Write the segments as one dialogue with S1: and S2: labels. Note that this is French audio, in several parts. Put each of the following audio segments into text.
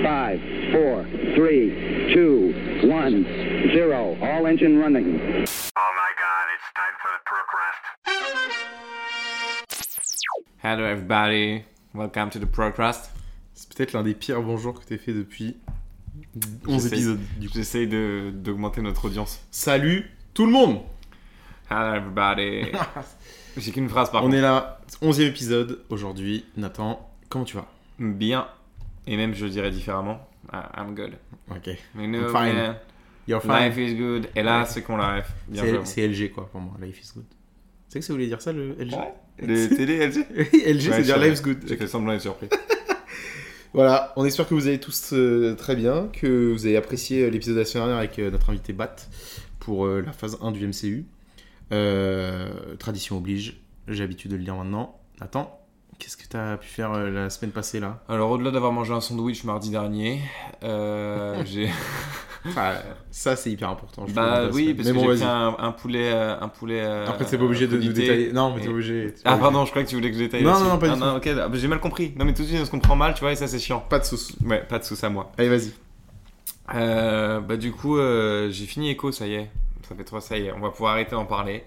S1: Five, four, three, two, one, zero. All engine running.
S2: Oh my god, it's time for the perk rest.
S3: Hello everybody, welcome to the Procrast.
S4: C'est peut-être l'un des pires bonjours que t'aies fait depuis 11
S3: J'essaye-
S4: épisodes. du coup.
S3: J'essaye de- d'augmenter notre audience.
S4: Salut tout le monde
S3: Hello everybody. J'ai qu'une phrase par
S4: On
S3: contre.
S4: est là, 11 e épisode aujourd'hui. Nathan, comment tu vas
S3: Bien. Et même je dirais différemment. Ah, I'm good.
S4: Ok.
S3: You know,
S4: I'm fine.
S3: man,
S4: You're
S3: life
S4: fine.
S3: is good. Et là, c'est qu'on la ref. Bien
S4: C'est
S3: joué.
S4: c'est LG quoi pour moi, life is good. Tu sais que ça voulait dire ça le LG
S3: Ouais. Le télé, elle dit
S4: Oui,
S3: Ouais,
S4: LG c'est dire
S3: je savais.
S4: life's good.
S3: J'ai fait semblant d'être surpris.
S4: Voilà, on espère que vous allez tous euh, très bien, que vous avez apprécié euh, l'épisode de la semaine dernière avec euh, notre invité Bat pour euh, la phase 1 du MCU. Euh, tradition oblige, j'ai l'habitude de le dire maintenant. Nathan, qu'est-ce que t'as pu faire euh, la semaine passée là
S3: Alors, au-delà d'avoir mangé un sandwich mardi dernier, euh, j'ai.
S4: Enfin, ça, c'est hyper important. Ah, je
S3: Bah
S4: trouve,
S3: oui,
S4: la
S3: parce
S4: semaine.
S3: que
S4: Mais
S3: j'ai pris
S4: bon,
S3: un,
S4: vas-y.
S3: un poulet. euh, Un poulet euh,
S4: Après, t'es pas obligé de nous
S3: crudité.
S4: détailler. Non, mais
S3: Et-
S4: t'es obligé. t'es
S3: Ah
S4: obligé.
S3: pardon, je crois que tu voulais que je détaille.
S4: Non,
S3: là-dessus.
S4: non, non, pas du
S3: ah, non, ok, ah, bah, j'ai mal compris. Non, mais tout de suite, on se comprend mal, tu vois, et ça, c'est chiant.
S4: Pas de sauce.
S3: Ouais, pas de sous à moi.
S4: Allez, vas-y.
S3: Euh, bah, du coup, euh, j'ai fini Echo, ça y est. Ça fait trois, ça y est. On va pouvoir arrêter d'en parler.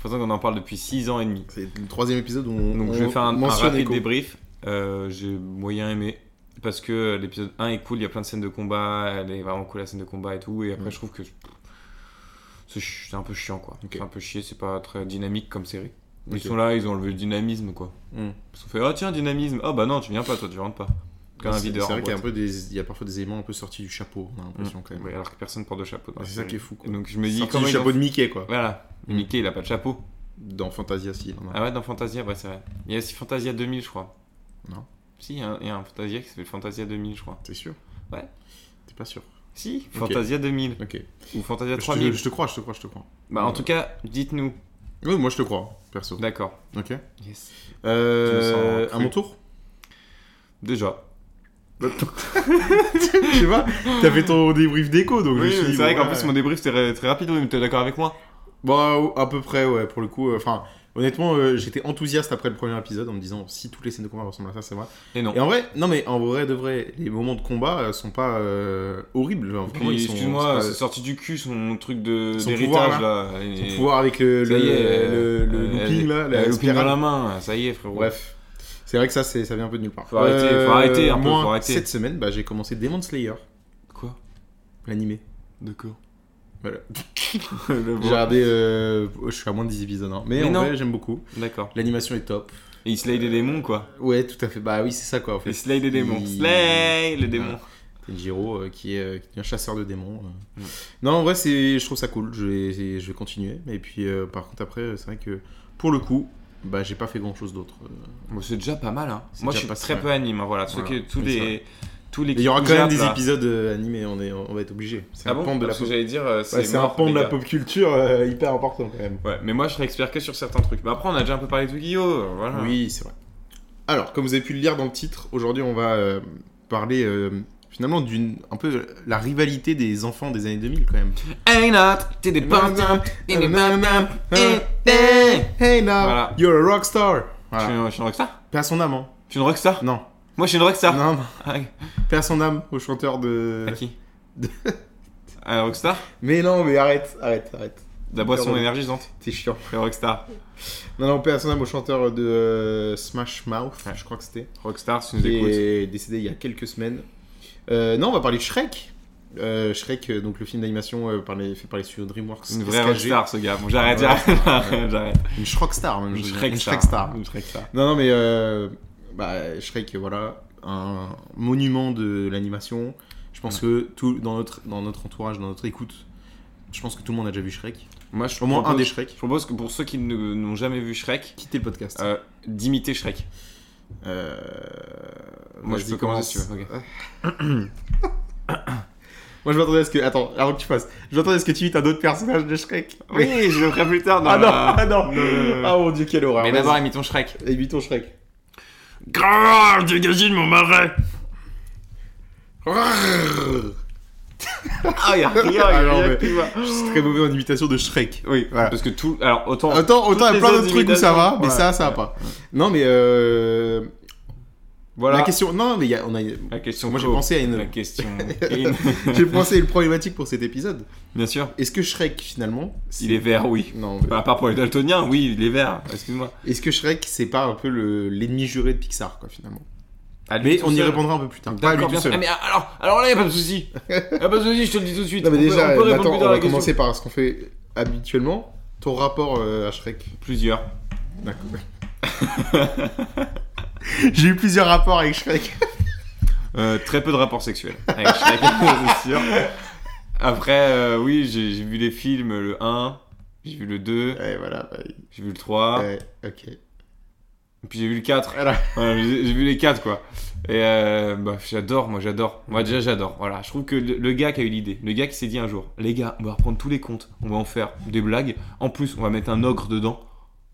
S3: Pourtant, qu'on en parle depuis six ans et demi.
S4: C'est le troisième épisode où on.
S3: Donc,
S4: on
S3: je vais faire un, un
S4: mentionne
S3: rapide
S4: Echo.
S3: débrief. Euh, j'ai moyen aimé. Parce que euh, l'épisode 1 est cool, il y a plein de scènes de combat, elle est vraiment cool la scène de combat et tout. Et après,
S4: Mm.
S3: je trouve que c'est ch- c'est un peu chiant quoi.
S4: Ok.
S3: C'est un peu chier, c'est pas très dynamique comme série.
S4: Ok.
S3: Ils sont là, ils ont enlevé le dynamisme quoi.
S4: Mm.
S3: Ils sont fait, oh tiens, dynamisme. Oh bah non, tu viens pas, toi, tu rentres pas. Comme un
S4: C'est c'est
S3: videur. en
S4: vrai qu'il y a, un
S3: boîte. Mm. Mmh.
S4: peu des... il y a parfois des éléments un peu sortis du chapeau, on a l'impression quand même.
S3: Ouais, Mmh. alors que personne porte de chapeau. dans la
S4: C'est ça
S3: série.
S4: qui est fou quoi.
S3: Et donc je me dis,
S4: Sorti
S3: comment
S4: du
S3: ils
S4: chapeau
S3: ont-
S4: de Mickey quoi.
S3: Voilà.
S4: Mm.
S3: Mickey, il a pas de chapeau.
S4: Dans Fantasia, si. il en a.
S3: Ah ouais, dans Fantasia, ouais, c'est vrai. Il y a aussi Fantasia 2000, je crois.
S4: Non.
S3: Si, il y, a un- il y a un Fantasia qui s'appelle Fantasia 2000, je crois.
S4: T'es sûr
S3: Ouais.
S4: T'es pas sûr
S3: Si, Fantasia 2000.
S4: Ok. Bah,
S3: Ou Fantasia
S4: Je
S3: 3000.
S4: te, je te crois, je te crois, je te crois.
S3: Bah, en tout cas, dites-nous.
S4: Oui, moi je te crois, perso.
S3: D'accord.
S4: Ok.
S3: Yes.
S4: Euh,
S3: Tu me sens
S4: à
S3: cru.
S4: mon tour Bah,
S3: Déjà.
S4: Je sais pas, t'as fait ton débrief d'écho donc je me
S3: Oui,
S4: suis
S3: c'est
S4: dit,
S3: vrai
S4: bon,
S3: qu'en
S4: ouais.
S3: plus, mon débrief, c'était très rapide, mais t'es d'accord avec moi
S4: Bah, ou- à peu près, ouais, pour le coup. euh, Enfin, honnêtement, euh, j'étais enthousiaste après le premier épisode en me disant si toutes les scènes de combat ressemblent à ça, c'est vrai.
S3: Et non.
S4: Et en vrai, non, mais en vrai, de vrai, les moments de combat euh, sont pas euh, horribles. genre,
S3: Puis,
S4: vraiment, ils sont-
S3: excuse-moi,
S4: c'est
S3: c'est
S4: pas-
S3: sorti du cul son truc de-
S4: Son
S3: d'héritage
S4: pouvoir,
S3: là.
S4: son
S3: Et-
S4: pouvoir avec le,
S3: Ça
S4: le,
S3: y est,
S4: le- le
S3: euh,
S4: looping là, la
S3: euh, looping
S4: spirale.
S3: dans la main, ça y est, frérot.
S4: Bref, c'est vrai que ça, c'est- ça vient un peu de nulle part. Euh,
S3: Faut arrêter, faut arrêter un peu,
S4: moi,
S3: faut arrêter.
S4: Cette semaine, bah, j'ai commencé Demon Slayer,
S3: Quoi
S4: l'animé.
S3: De quoi
S4: Voilà.
S3: Le
S4: J'ai
S3: bon.
S4: regardé, euh, je suis à moins de 10 épisodes, hein. mais,
S3: Mais
S4: en
S3: non.
S4: vrai, j'aime beaucoup.
S3: D'accord.
S4: L'animation est top.
S3: Et il slay des démons, quoi.
S4: Ouais, tout à fait. Bah oui, c'est ça quoi en
S3: Il
S4: fait.
S3: slay des démons.
S4: Il-
S3: Slay le démon.
S4: Ah. Tenjiro euh, qui, est, euh, qui est un chasseur de démons. euh.
S3: Mm.
S4: Non, en vrai, c'est, je trouve ça cool. Je vais, je vais continuer. Et puis, euh, par contre, après, c'est vrai que pour le coup, bah, j'ai pas fait grand chose d'autre. Euh,
S3: Bon, c'est déjà pas mal, hein.
S4: C'est
S3: Moi, je
S4: déjà
S3: suis
S4: pas
S3: très
S4: mal.
S3: peu anime, hein, voilà. Ceux
S4: Voilà.
S3: qui- tous
S4: Oui, c'est
S3: les. Tous les
S4: Il y aura quand même
S3: Jap,
S4: des
S3: là.
S4: épisodes euh, animés, on, est, on va être obligé. C'est
S3: Ah
S4: un
S3: bon
S4: pan de la
S3: Parce que
S4: pop.
S3: j'allais dire, euh,
S4: ouais, c'est un
S3: mort,
S4: pan
S3: les
S4: de la
S3: gars.
S4: pop culture euh, hyper important quand même.
S3: Ouais, mais moi, je serais expert que sur certains trucs. Mais après, on a déjà un peu parlé de Guillaume, voilà.
S4: Oui, c'est vrai. Alors, comme vous avez pu le lire dans le titre, aujourd'hui on va euh, parler euh, finalement d'une un peu la rivalité des enfants des années 2000 quand même. Bah,
S3: Hey, Nat, t'es des pantins. t'es des pantins, eh, eh.
S4: Hey now,
S3: Voilà.
S4: you're a rockstar.
S3: Je suis
S4: Voilà.
S3: une- je suis une rockstar
S4: Paix à son âme, hein.
S3: Je suis une rockstar
S4: Non.
S3: Moi, je suis une rockstar
S4: Non, Euh. non.
S3: Ah,
S4: Paix à son âme au chanteur de.
S3: À qui À Rockstar
S4: Mais non, mais arrête, arrête, arrête.
S3: De La boisson
S4: Pardon.
S3: énergisante
S4: T'es chiant.
S3: Et Rockstar.
S4: Non, non, paix à son âme au chanteur de euh, Smash Mouth,
S3: Ouais.
S4: je crois que c'était.
S3: Rockstar, si tu nous
S4: qui
S3: écoutes.
S4: est décédé il y a quelques semaines. Euh, non, on va parler de Shrek. Euh, Shrek, euh, donc le film d'animation euh, par les- fait par les studios DreamWorks.
S3: Une vraie
S4: SKG.
S3: rockstar, ce gars. Bon, j'arrête,
S4: Ouais.
S3: j'arrête. j'arrête.
S4: Une Shrockstar, même.
S3: Une
S4: je dirais.
S3: Shrek
S4: Une
S3: star.
S4: Shrekstar.
S3: Une Shrek star.
S4: Non, non, mais euh, bah, Shrek, voilà, un monument de l'animation. Je pense que tout, dans, notre, dans notre entourage, dans notre écoute, je pense que tout le monde a déjà vu Shrek.
S3: Moi, je
S4: Au moins un
S3: propose-
S4: des Shrek.
S3: Je propose que pour ceux qui ne- n'ont jamais vu Shrek,
S4: Quittez le podcast.
S3: euh, d'imiter Shrek.
S4: Euh,
S3: Moi, je
S4: vas-y,
S3: peux commencer,
S4: commence.
S3: si tu veux,
S4: Moi, je m'attendais à ce que. Attends, avant que tu fasses. Je m'attendais à ce que tu imites un autre personnage de Shrek.
S3: Oui, je le ferai plus tard. Dans
S4: Ah non,
S3: la-
S4: ah non.
S3: Non, non, non.
S4: Ah mon dieu, quelle horreur.
S3: Mais d'abord, imitons Shrek.
S4: ton Shrek.
S3: Grrrr, dégagez de mon marais.
S4: Je
S3: Ah, y'a rien, y'a
S4: Ah, non,
S3: rien
S4: mais-
S3: qui va.
S4: suis très mauvais en imitation de Shrek.
S3: Oui,
S4: Voilà.
S3: parce que tout. Alors, autant.
S4: Autant, autant il y a
S3: les
S4: plein
S3: autres
S4: d'autres trucs où ça
S3: imitations,
S4: va, mais
S3: voilà.
S4: ça, ça va pas. Non, mais euh,
S3: Voilà.
S4: La question. Non, mais il y a- on a.
S3: La question
S4: Moi, j'ai
S3: co.
S4: pensé à une-
S3: La question. in.
S4: J'ai pensé à une problématique pour cet épisode.
S3: Bien sûr.
S4: Est-ce que Shrek finalement
S3: Il est vert, oui.
S4: Non.
S3: Enfin, à part pour les daltoniens, oui, il est vert. Excuse-moi.
S4: Est-ce que Shrek c'est pas un peu le- l'ennemi juré de Pixar quoi finalement
S3: Ah, lui
S4: Mais
S3: tout
S4: on y
S3: seul.
S4: répondra un peu plus tard. Pas
S3: D'accord,
S4: lui tout
S3: bien sûr.
S4: seul.
S3: Ah, mais alors, alors là, il n'y a pas de souci. Il a pas de souci, je te le dis tout de suite.
S4: Non mais
S3: On peut-
S4: déjà,
S3: on peut répondre
S4: Nathan,
S3: plus
S4: on
S3: tard à
S4: va
S3: la question.
S4: commencer par ce qu'on fait habituellement. Ton rapport euh, à Shrek.
S3: Plusieurs.
S4: D'accord. J'ai eu plusieurs rapports avec Shrek.
S3: Euh, très peu de rapports sexuels avec Shrek, c'est sûr. Après, euh, oui, j'ai j'ai vu les films, le 1, j'ai vu le 2,
S4: Ouais, voilà. ouais,
S3: j'ai vu le 3,
S4: ouais, ok.
S3: et puis j'ai vu le 4.
S4: Voilà.
S3: Voilà, j'ai j'ai vu les 4, quoi. Et euh, bah, j'adore, moi j'adore. Moi déjà j'adore. Voilà, je trouve que le, le gars qui a eu l'idée, le gars qui s'est dit un jour, les gars, on va reprendre tous les comptes, on va en faire des blagues. En plus, on va mettre un ogre dedans.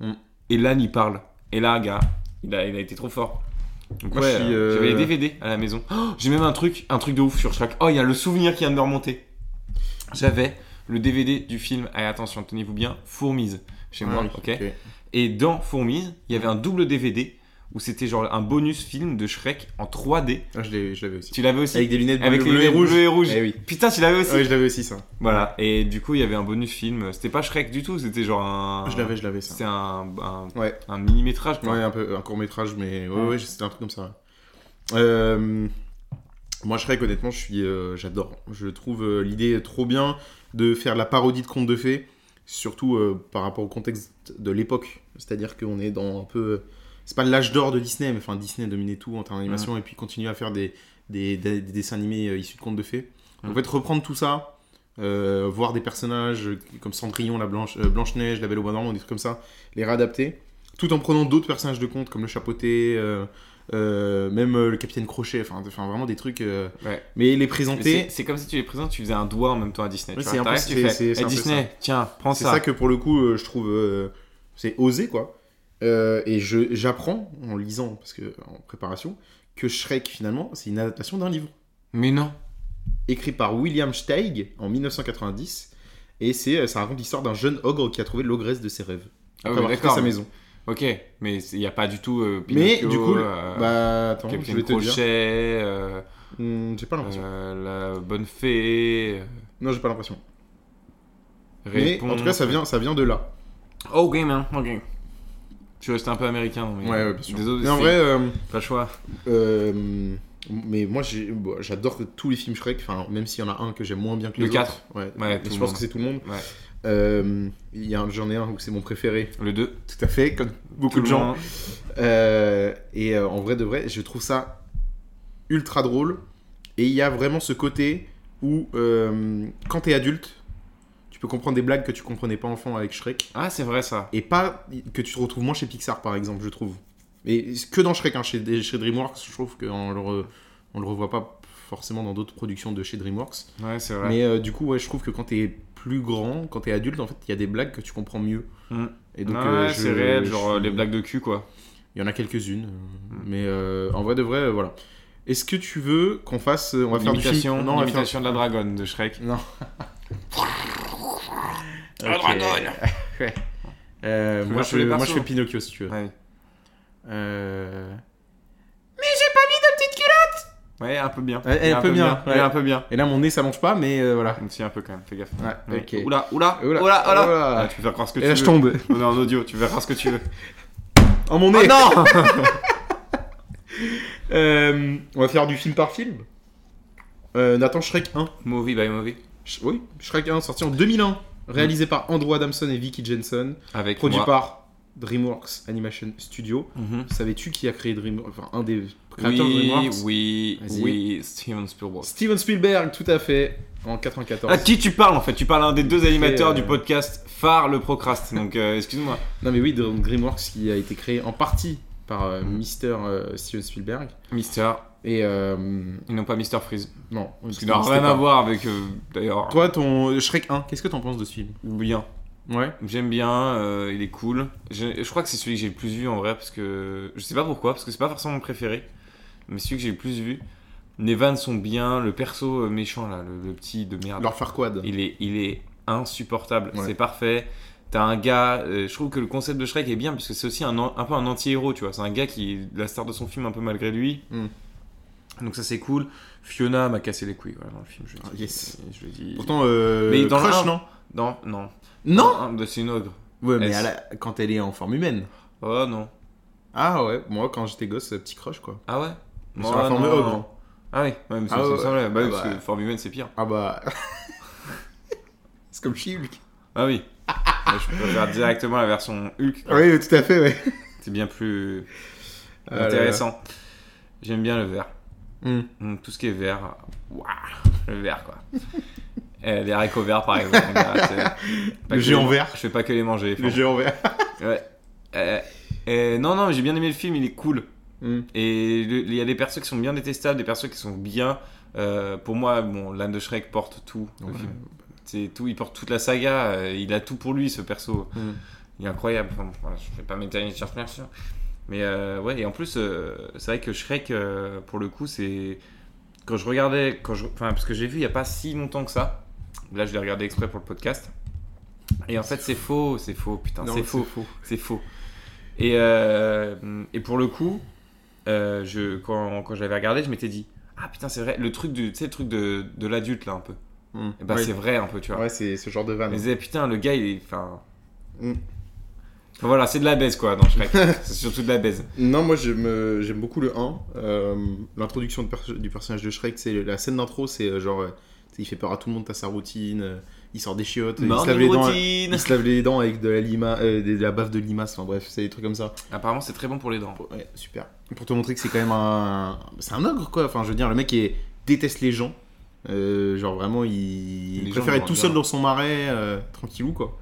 S4: Mm.
S3: Et là, il parle. Et là, gars, il a, il a été trop fort. Donc,
S4: Moi,
S3: ouais,
S4: je suis,
S3: euh,
S4: euh,
S3: j'avais les DVD à la maison. Oh, j'ai même un truc, un truc de ouf sur Shrek. Oh, il y a le souvenir qui vient de me remonter. J'avais le DVD du film, allez attention, tenez-vous bien, Fourmise, chez moi,
S4: Ah oui,
S3: ok et dans Fourmise, il y avait un double DVD où c'était genre un bonus film de Shrek en 3D.
S4: Ah, je l'ai- je l'avais aussi.
S3: Tu l'avais aussi
S4: Avec des lunettes
S3: Avec
S4: bleues,
S3: les lunettes
S4: bleues
S3: bleues et rouges.
S4: Eh oui.
S3: Putain, tu l'avais aussi
S4: Ouais, je l'avais aussi ça.
S3: Voilà, et du coup, il y avait un bonus film. C'était pas Shrek du tout, c'était genre un.
S4: Je l'avais, je l'avais ça.
S3: C'était un, un,
S4: Ouais.
S3: un mini-métrage quoi.
S4: Ouais, un peu un court métrage, mais ouais,
S3: Ouais.
S4: ouais, c'était un truc comme ça. ouais. Euh, moi, Shrek, honnêtement, je suis, euh, j'adore. Je trouve euh, l'idée trop bien de faire la parodie de contes de fées, surtout euh, par rapport au contexte de l'époque. C'est-à-dire qu'on est dans un peu, euh, c'est pas l'âge d'or de Disney, mais enfin Disney dominait tout en termes d'animation et puis continue à faire des, des, des- des dessins animés euh, issus de contes de fées. Donc, En
S3: Mm.
S4: fait, reprendre tout ça. euh, voir des personnages euh, comme Cendrillon, la Blanche, euh, Blanche-Neige, la Belle au Bois Dormant, des trucs comme ça, les réadapter tout en prenant d'autres personnages de compte comme le chapeauté, euh, euh, même euh, le capitaine Crochet, enfin enfin, vraiment des trucs. euh,
S3: Ouais.
S4: Mais les
S3: Mais
S4: présenter,
S3: c'est- C'est comme si tu les présentes, tu faisais un doigt en même temps à Disney.
S4: Ouais,
S3: tu
S4: c'est
S3: vois.
S4: un peu-
S3: T'arrives, tu
S4: c'est-
S3: fais,
S4: c'est- c'est
S3: Eh,
S4: un peu
S3: Disney, tiens, prends
S4: c'est
S3: ça.
S4: ça. que pour le coup euh, je trouve euh, c'est osé quoi. Euh, et je j'apprends en lisant parce que en préparation que Shrek finalement c'est une adaptation d'un livre
S3: Mais non.
S4: écrit par William Steig en 1990 et c'est euh, ça raconte l'histoire d'un jeune ogre qui a trouvé l'ogresse de ses rêves
S3: Ah
S4: après
S3: oui,
S4: avoir quitté
S3: d'accord.
S4: sa maison.
S3: Ok, mais c'est- il n'y a pas du tout. euh,
S4: Mais
S3: Pinocchio,
S4: du coup,
S3: euh,
S4: bah attends, je
S3: Capitaine
S4: vais te
S3: Crochet,
S4: dire,
S3: euh,
S4: Hmm, j'ai pas l'impression.
S3: euh, la bonne fée. euh,
S4: Non, j'ai pas l'impression. Mais
S3: Réponse.
S4: en tout cas, ça vient, ça vient de là.
S3: Ok, man, Oh, hein, ok. Tu restes un peu américain, non, mais.
S4: Ouais, ouais, bien sûr.
S3: Désolé,
S4: Mais en
S3: c'est-
S4: vrai, euh,
S3: Pas le choix.
S4: euh, mais moi j'ai- bon, j'adore que tous les films Shrek, enfin, même s'il y en a un que j'aime moins bien que les
S3: Le
S4: autres.
S3: quatre.
S4: Ouais,
S3: Ouais,
S4: mais
S3: tout
S4: je
S3: le
S4: pense
S3: monde.
S4: que c'est tout le monde.
S3: Ouais.
S4: Euh, il y a un- J'en ai un où c'est mon préféré,
S3: Le 2.
S4: tout à fait, comme beaucoup de gens. Euh, et euh, en vrai de vrai, je trouve ça ultra drôle. Et il y a vraiment ce côté où, euh, quand t'es adulte, tu peux comprendre des blagues que tu comprenais pas enfant avec Shrek.
S3: Ah, c'est vrai ça.
S4: et pas que tu te retrouves moins chez Pixar par exemple je trouve mais que dans Shrek hein, chez, chez DreamWorks je trouve qu'on le re- on le revoit pas forcément dans d'autres productions de chez DreamWorks
S3: Ouais, c'est vrai.
S4: mais euh, du coup ouais je trouve que quand t'es plus grand quand t'es adulte en fait il y a des blagues que tu comprends mieux
S3: Mm.
S4: et donc
S3: ouais,
S4: euh, je-
S3: c'est réel, genre
S4: je-
S3: euh, les blagues de cul, quoi.
S4: il y en a quelques-unes euh,
S3: Mm.
S4: mais euh, en vrai de vrai euh, voilà est-ce que tu veux qu'on fasse euh, on va faire du
S3: L'imitation
S4: film on va faire-
S3: l'imitation de la dragonne de Shrek.
S4: non
S3: La Ah,
S4: Ok.
S3: dragonne.
S4: Ouais. Euh,
S3: Tu
S4: moi,
S3: veux
S4: je,
S3: tous les
S4: moi je
S3: persos
S4: fais Pinocchio si tu veux
S3: Ouais.
S4: Euh,
S3: Ouais, un peu bien.
S4: Ouais, elle
S3: est
S4: est un peu bien, ouais.
S3: Elle est un peu bien.
S4: Et là, mon nez, ça mange pas, mais euh, voilà.
S3: Même si un peu quand même, fais gaffe.
S4: Ouais,
S3: Ouais.
S4: ok.
S3: Oula, oula, oula,
S4: Oula,
S3: oula.
S4: oula.
S3: Ah, tu peux faire croire ce que
S4: Et
S3: tu
S4: là,
S3: veux.
S4: je tombe.
S3: On est en audio, tu peux faire ce que tu veux.
S4: Oh, mon
S3: Oh
S4: nez
S3: non
S4: Euh, On va faire du film par film. Euh, Nathan, Shrek 1.
S3: Movie by movie.
S4: Sh- oui, Shrek 1, sorti en 2001. Réalisé par Andrew Adamson et Vicky Jensen.
S3: Avec
S4: Produit
S3: Mm. moi.
S4: par DreamWorks Animation Studio.
S3: Mhm.
S4: Savais-tu qui a créé DreamWorks Enfin, un des créateurs de
S3: Oui,
S4: DreamWorks
S3: oui,
S4: Vas-y.
S3: oui, Steven Spielberg.
S4: Steven Spielberg, tout à fait. En 94.
S3: À qui tu parles en fait Tu parles à un des deux animateurs
S4: euh,
S3: du podcast phare, le Procrast. Donc euh, excuse-moi.
S4: Non, mais oui, Dr- DreamWorks qui a été créé en partie par euh, Mister euh, Steven Spielberg.
S3: Mister,
S4: Et euh,
S3: ils n'ont pas Mister Freeze.
S4: non.
S3: Ce qui n'a rien à voir avec. euh, D'ailleurs,
S4: Toi, ton Shrek 1, qu'est-ce que t'en penses de ce film
S3: bien.
S4: Ouais.
S3: J'aime bien, euh, il est cool. Je, je crois que c'est celui que j'ai le plus vu en vrai parce que. Je sais pas pourquoi, parce que c'est pas forcément mon préféré. Mais celui que j'ai le plus vu. Les vannes sont bien, le perso euh, méchant là, le, le petit de merde.
S4: Leur Farquaad.
S3: Il est, il est insupportable.
S4: Ouais.
S3: C'est parfait. T'as un gars, euh, je trouve que le concept de Shrek est bien parce que c'est aussi un, an- un peu un anti-héros, tu vois. C'est un gars qui est la star de son film un peu malgré lui.
S4: Mm.
S3: Donc ça c'est cool. Fiona m'a cassé les couilles voilà, dans le film. Je le dis.
S4: Ah, yes.
S3: Je le dis.
S4: Pourtant, euh,
S3: Mais dans le
S4: Crush,
S3: un-
S4: non
S3: Non, non.
S4: Non
S3: Un- un- C'est une ogre.
S4: Ouais,
S3: Est-ce-
S4: mais à la- quand elle est en forme humaine.
S3: Oh non.
S4: Ah ouais, moi quand j'étais gosse, euh, petit crush quoi.
S3: Ah ouais
S4: Mais
S3: Moi,
S4: sur la forme
S3: non.
S4: ogre. hein.
S3: Ah oui, ouais, mais ça
S4: Ah
S3: ça me
S4: ouais.
S3: semblait. Bah oui,
S4: Ah
S3: parce
S4: bah.
S3: que forme humaine c'est pire.
S4: Ah bah. c'est comme She-Hulk.
S3: Ah oui. Moi, je préfère directement la version Hulk.
S4: Oui, tout à fait, ouais.
S3: C'est bien plus
S4: Ah là
S3: intéressant. J'aime bien le vert.
S4: Hmm.
S3: Donc, Mm, tout ce qui est vert, waouh, le vert quoi. Euh, les haricots verts par exemple. on dirait, c'est- pas
S4: Le
S3: que
S4: géant
S3: les-
S4: vert.
S3: Je fais pas que les manger.
S4: Le jeu en vert.
S3: enfin. Ouais. Euh, euh, non, non, mais j'ai bien aimé le film, il est cool.
S4: Hmm.
S3: Et le- il y a des persos qui sont bien détestables, des persos qui sont bien. euh, pour moi, bon, l'âne de Shrek porte tout. le
S4: Ouais.
S3: film. C'est tout, il porte toute la saga, euh, il a tout pour lui ce perso.
S4: Mm.
S3: Il est incroyable. Enfin, voilà, je vais pas m'éterniser sur ce perso. Mais euh, ouais, et en plus, euh, c'est vrai que Shrek, euh, pour le coup, c'est. Quand je regardais, quand je... Enfin, parce que j'ai vu il y a pas si longtemps que ça. Là, je l'ai regardé exprès pour le podcast. Et en fait, c'est faux, c'est faux, putain,
S4: Non,
S3: c'est
S4: c'est
S3: faux, c'est faux. Et, euh, et pour le coup, euh, je, quand, quand j'avais regardé, je m'étais dit, ah putain, c'est vrai, le truc, du, tu sais, le truc de, de l'adulte là un peu.
S4: Hmm.
S3: Et bah,
S4: Ouais.
S3: c'est vrai un peu, tu vois.
S4: Ouais, c'est ce genre de vanne.
S3: Mais disais, putain, le gars, il est. Enfin.
S4: Mm.
S3: Enfin, Voilà, c'est de la baise quoi dans Shrek. c'est surtout de la baise.
S4: Non, moi j'aime euh, j'aime beaucoup le 1. Euh, L'introduction de perso- du personnage de Shrek, c'est la scène d'intro, c'est euh, genre. euh, tu sais, il fait peur à tout le monde, t'as sa routine, euh, il sort des chiottes, il se, lave les dents,
S3: routine
S4: il se lave les dents avec de la, lima, euh, de la baffe de limace, enfin bref, c'est des trucs comme ça.
S3: Apparemment, c'est très bon pour les dents.
S4: Ouais, super. Pour te montrer que c'est quand même un. C'est un ogre quoi. Enfin, je veux dire, le mec il déteste les gens. Euh, genre vraiment, il,
S3: Les
S4: il
S3: gens
S4: préfère
S3: le
S4: être tout
S3: rendent
S4: seul
S3: bien.
S4: dans son marais, euh, tranquillou quoi.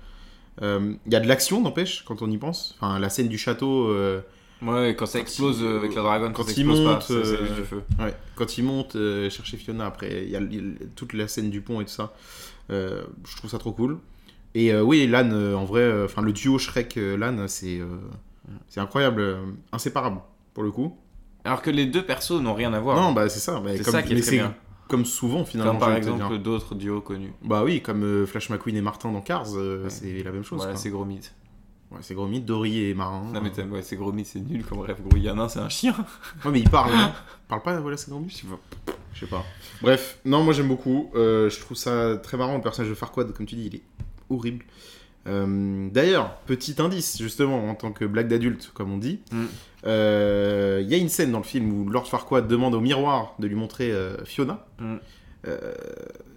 S4: Euh, Il y a de l'action, n'empêche, quand on y pense. Enfin, la scène du château, euh,
S3: Ouais, quand ça explose euh, avec la dragonne,
S4: Quand
S3: ça
S4: il
S3: explose pas,
S4: monte,
S3: c'est- c'est
S4: euh,
S3: juste du feu.
S4: ouais, quand il monte euh, chercher Fiona, après, il y a l- toute la scène du pont et tout ça. Euh, je trouve ça trop cool. Et euh, oui, Lan, euh, en vrai, euh, enfin le duo Shrek-Lan, c'est euh, c'est incroyable, euh, inséparable pour le coup.
S3: Alors que les deux persos n'ont rien à voir.
S4: Non, bah c'est ça. mais
S3: hein. C'est
S4: comme-
S3: ça qui est
S4: mais
S3: très
S4: c'est
S3: bien.
S4: Comme souvent, finalement.
S3: Comme par
S4: j'ai envie de te
S3: exemple
S4: dire.
S3: d'autres duos connus.
S4: Bah oui, comme euh, Flash McQueen et Martin dans Cars, euh,
S3: Ouais.
S4: c'est la même chose.
S3: Voilà,
S4: quoi.
S3: c'est gros mythe.
S4: Ouais, c'est gros mythe, Dory et Marin.
S3: Non, mais t'as- ouais, c'est gros mythe, c'est nul comme rêve. Gros, il y en a un, c'est un chien.
S4: Ouais, mais il parle. hein. Il parle pas, voilà, c'est gros mythe. Je sais pas. Bref, non, moi j'aime beaucoup. Euh, je trouve ça très marrant. Le personnage de Farquaad, comme tu dis, il est horrible. Euh, D'ailleurs, petit indice, justement, en tant que blague d'adulte, comme on dit,
S3: Mm.
S4: euh, il y a une scène dans le film où Lord Farquaad demande au miroir de lui montrer euh, Fiona,
S3: Mm.
S4: euh,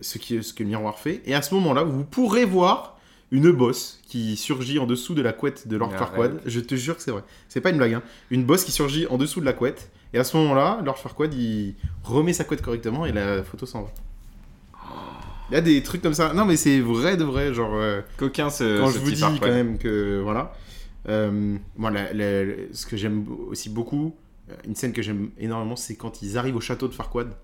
S4: ce, qui, ce que le miroir fait, et à ce moment-là, vous pourrez voir une bosse qui surgit en dessous de la couette de Lord
S3: Mais
S4: Farquaad. Je te jure que c'est vrai. C'est pas une blague, hein. Une bosse qui surgit en dessous de la couette, et à ce moment-là, Lord Farquaad, il remet sa couette correctement et la photo s'en va. Il y a des trucs comme ça. Non, mais c'est vrai de vrai. Genre, euh,
S3: Coquin, ce,
S4: quand
S3: ce
S4: je vous
S3: petit
S4: dis
S3: Farquaad.
S4: quand même que voilà, euh, moi, la- la- la- ce que j'aime aussi beaucoup, euh, une scène que j'aime énormément, c'est quand ils arrivent au château de Farquaad. Tu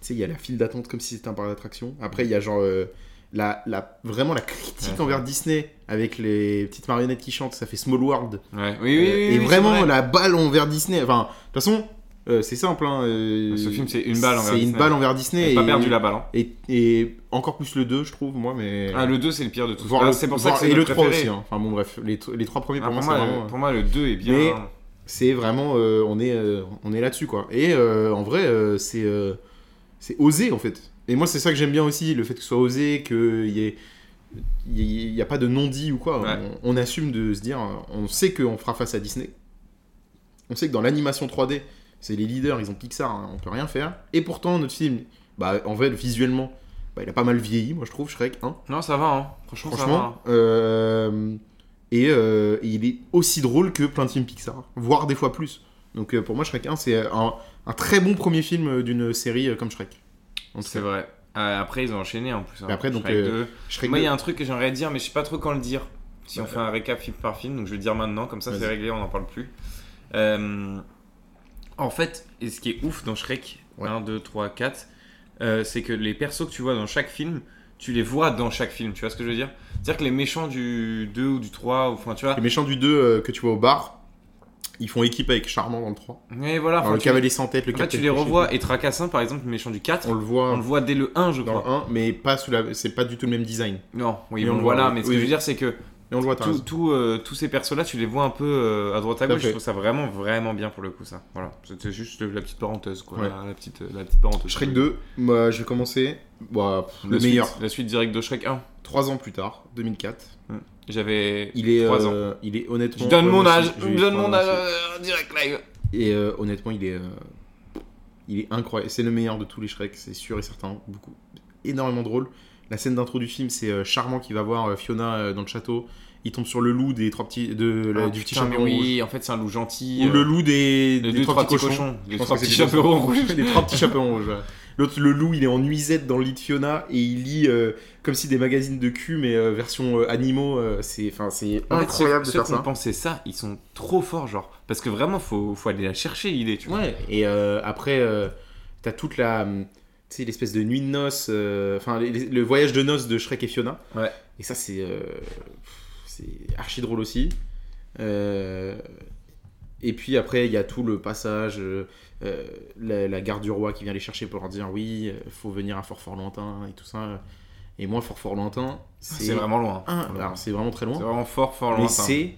S4: sais, il y a la file d'attente comme si c'était un parc d'attraction. Après, il y a genre euh, la, la- vraiment la critique
S3: Ouais.
S4: envers Disney avec les petites marionnettes qui chantent. Ça fait Small World.
S3: Ouais. Oui, oui, oui,
S4: Euh,
S3: oui,
S4: et
S3: c'est
S4: vraiment
S3: vrai.
S4: la balle envers Disney. Enfin, de toute façon, euh, c'est simple. hein, euh,
S3: Ce film, c'est une balle envers
S4: C'est une
S3: Disney.
S4: balle envers Disney.
S3: J'ai pas
S4: et-
S3: perdu la balle. hein.
S4: et, et encore plus le 2, je trouve, moi, mais.
S3: Ah, le 2, c'est le pire de tous.
S4: Voir
S3: Ah,
S4: le-
S3: C'est pour ça que
S4: voir-
S3: c'est
S4: Et le
S3: notre
S4: 3
S3: préféré.
S4: aussi, hein. enfin bon, bref, les, t- les trois premiers
S3: Ah,
S4: pour,
S3: pour,
S4: moi,
S3: moi,
S4: c'est
S3: le-
S4: vraiment.
S3: pour moi, le 2 est bien. hein.
S4: Mais- C'est vraiment. euh, on est, euh, on est là-dessus, quoi. Et euh, en vrai, euh, c'est. euh, c'est osé, en fait. Et moi, c'est ça que j'aime bien aussi, le fait que ce soit osé, qu'il y ait. Il n'y a pas de non-dit ou quoi.
S3: Ouais.
S4: On, on assume de se dire, euh, on sait qu'on fera face à Disney. On sait que dans l'animation 3D, c'est les leaders, ils ont Pixar, hein, on peut rien faire. Et pourtant, notre film, bah, en vrai, visuellement, bah, il a pas mal vieilli, moi je trouve, Shrek 1.
S3: Non, ça va, hein. Franchement, ça va. hein.
S4: Franchement, euh, et euh, il est aussi drôle que plein de films Pixar, voire des fois plus. Donc euh, pour moi, Shrek 1, c'est un, un très bon premier film euh, d'une série euh, comme Shrek. En tout
S3: C'est
S4: cas,
S3: vrai. Euh, après, ils ont enchaîné en plus. hein.
S4: Mais après, donc,
S3: Shrek
S4: euh,
S3: 2.
S4: Shrek
S3: Moi, il y
S4: 2,
S3: a un truc que j'aimerais dire, mais je sais pas trop quand le dire. Si on
S4: Bah,
S3: fait un récap film par film, donc je vais le dire maintenant, comme ça c'est
S4: Vas-y.
S3: réglé, on n'en parle plus. Euh, en fait, et ce qui est ouf dans Shrek
S4: Ouais.
S3: 1, 2, 3, 4, euh, c'est que les persos que tu vois dans chaque film, tu les vois dans chaque film, tu vois ce que je veux dire C'est-à-dire que les méchants du 2 ou du 3, ou, enfin tu vois.
S4: les méchants du 2 euh, que tu vois au bar, ils font équipe avec Charmant dans le 3.
S3: Mais voilà, enfin,
S4: Alors, Ah, le
S3: Ah, tu-
S4: cavalier sans tête, le
S3: en fait, tu
S4: capitaine
S3: les
S4: Crochet,
S3: revois, et Tracassin par exemple, le méchant du 4,
S4: On le
S3: on,
S4: voit
S3: le voit dès le 1, je
S4: dans
S3: crois.
S4: le 1, mais pas sous la... c'est pas du tout le même design.
S3: Non, oui,
S4: Mais
S3: bon,
S4: on le
S3: voilà,
S4: voit,
S3: mais ce que
S4: oui,
S3: je veux
S4: oui.
S3: dire, c'est que
S4: Mais on le voit, t'as
S3: Tout-
S4: raison.
S3: tout, euh, tous ces persos-là, tu les vois un peu euh, à droite à
S4: Tout à
S3: gauche.
S4: fait.
S3: Je trouve ça vraiment, vraiment bien pour le coup, ça. Voilà. C'était juste la petite parenthèse, quoi.
S4: Ouais.
S3: La, la petite, euh, la petite parenthèse.
S4: Shrek 2, moi, je vais commencer. Bah, pff, le
S3: La suite-
S4: meilleur.
S3: La suite directe de Shrek 1.
S4: Trois ans plus tard, 2004.
S3: J'avais.
S4: Il est,
S3: Trois
S4: euh, il est honnêtement.
S3: Je donne
S4: ouais,
S3: mon
S4: moi
S3: âge.
S4: aussi, j'ai eu
S3: Je donne mon
S4: trois ans
S3: âge
S4: aussi.
S3: euh, en direct live.
S4: Et euh, honnêtement, il est, euh, il est incroyable. C'est le meilleur de tous les Shrek, c'est sûr et certain. Beaucoup, énormément drôle. La scène d'intro du film, c'est euh, Charmant qui va voir euh, Fiona euh, dans le château. Il tombe sur le loup des trois petits, de, la-
S3: Ah,
S4: du petit
S3: putain, mais
S4: chaperon rouge.
S3: oui, en fait, c'est un loup gentil.
S4: Ou
S3: euh,
S4: le loup des,
S3: les
S4: des
S3: deux,
S4: trois, petits cochons.
S3: Les
S4: Je pense
S3: trois
S4: que c'est
S3: petits
S4: des-
S3: chaperons rouges.
S4: des trois petits chaperons rouges. voilà. L'autre, le loup, il est en nuisette dans le lit de Fiona et il lit euh, comme si des magazines de cul, mais euh, version euh, animaux. euh, c'est, enfin, c'est
S3: En fait,
S4: incroyable
S3: ceux,
S4: de faire
S3: ceux qui ont
S4: ça.
S3: pensé ça, ils sont trop forts, genre. Parce que vraiment, faut, faut aller la chercher, l'idée, tu vois.
S4: Ouais, et euh, après, euh, t'as toute la. hum, Tu sais, l'espèce de nuit de noces. euh, Enfin, les- les- le voyage de noces de Shrek et Fiona.
S3: Ouais.
S4: Et ça, c'est. euh, c'est archi drôle aussi. Euh, et puis après, il y a tout le passage. euh, euh, la, la garde du roi qui vient les chercher pour leur dire oui, euh, faut venir à Fort Fort Lointain et tout ça. Et moi, Fort Fort Lointain,
S3: Ah, C'est vraiment loin.
S4: un- alors, c'est vraiment très
S3: C'est
S4: loin.
S3: vraiment fort, fort loin.
S4: Mais c'est.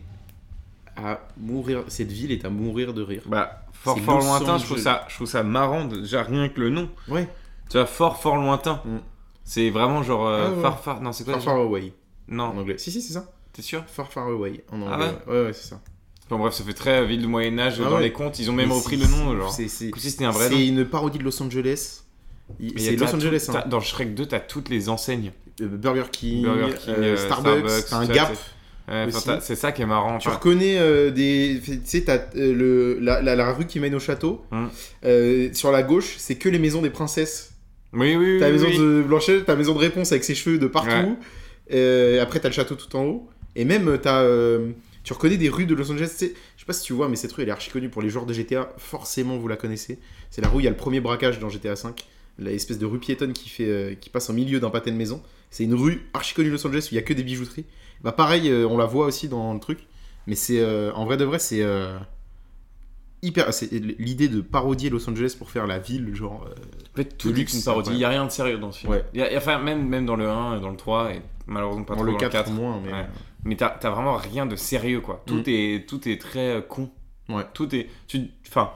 S4: À mourir. Cette ville est à mourir de rire.
S3: Bah, fort
S4: C'est
S3: fort
S4: Los
S3: lointain, je trouve,
S4: Angeles.
S3: ça, je trouve ça marrant, déjà rien que le nom.
S4: Ouais.
S3: Tu vois, fort fort lointain.
S4: Mm.
S3: C'est vraiment genre euh,
S4: Ah ouais.
S3: far far. Non, c'est quoi
S4: Far
S3: déjà
S4: Far Away en
S3: Non,
S4: anglais. Si, si, c'est ça.
S3: t'es sûr
S4: Far Far Away en
S3: Ah
S4: anglais. ouais, ouais, c'est ça.
S3: Enfin bref, ça fait très euh, ville du Moyen-Âge
S4: Ah
S3: dans
S4: ouais.
S3: les contes. Ils ont même
S4: Mais
S3: repris
S4: c'est-
S3: le nom, genre.
S4: C'est c'est-
S3: Comme si c'était un vrai
S4: c'est
S3: nom.
S4: une parodie de Los Angeles. Il-
S3: Mais y a-
S4: C'est Los
S3: t'as
S4: Angeles.
S3: tout-
S4: hein.
S3: t'as- Dans Shrek 2, t'as toutes les enseignes.
S4: Euh, Burger King,
S3: Burger King,
S4: euh,
S3: euh,
S4: Starbucks,
S3: Starbucks,
S4: t'as
S3: tout
S4: un
S3: ça,
S4: Gap.
S3: c'est- Ouais, enfin,
S4: Aussi.
S3: t'as- c'est ça qui est marrant.
S4: Tu
S3: enfin.
S4: reconnais euh, des. Tu sais, t'as euh, le- la, la- la rue qui mène au château.
S3: Hum.
S4: Euh, sur la gauche, c'est que les maisons des princesses.
S3: Oui, oui, oui.
S4: T'as la
S3: oui,
S4: maison
S3: oui.
S4: de Blanchette, t'as la maison de Réponse avec ses cheveux de partout. Euh, après, t'as le château tout en haut. Et même, t'as. euh, tu reconnais des rues de Los Angeles. tu sais. Je sais pas si tu vois, mais cette rue, elle est archi connue pour les joueurs de GTA. Forcément, vous la connaissez. C'est la rue où il y a le premier braquage dans GTA V. L'espèce de rue piétonne qui, fait, euh, qui passe au milieu d'un pâté de maison. C'est une rue archi connue de Los Angeles où il y a que des bijouteries. Bah, pareil, euh, on la voit aussi dans le truc. Mais c'est. euh, en vrai de vrai, c'est. euh, hyper. C'est l'idée de parodier Los Angeles pour faire la ville, genre. euh,
S3: En fait, tout
S4: luxe,
S3: est une parodie.
S4: ouais.
S3: Il n'y a rien de sérieux dans ce film.
S4: Ouais.
S3: Y a- y a- enfin, même, même dans le 1 et dans le 3, et malheureusement pas
S4: dans
S3: trop
S4: le
S3: dans
S4: 4,
S3: le 4.
S4: moins, mais.
S3: Ouais. Mais t'as t'as vraiment rien de sérieux, quoi. Tout,
S4: Mm.
S3: est, tout est très euh, con.
S4: Ouais.
S3: Tout est. Tu, enfin,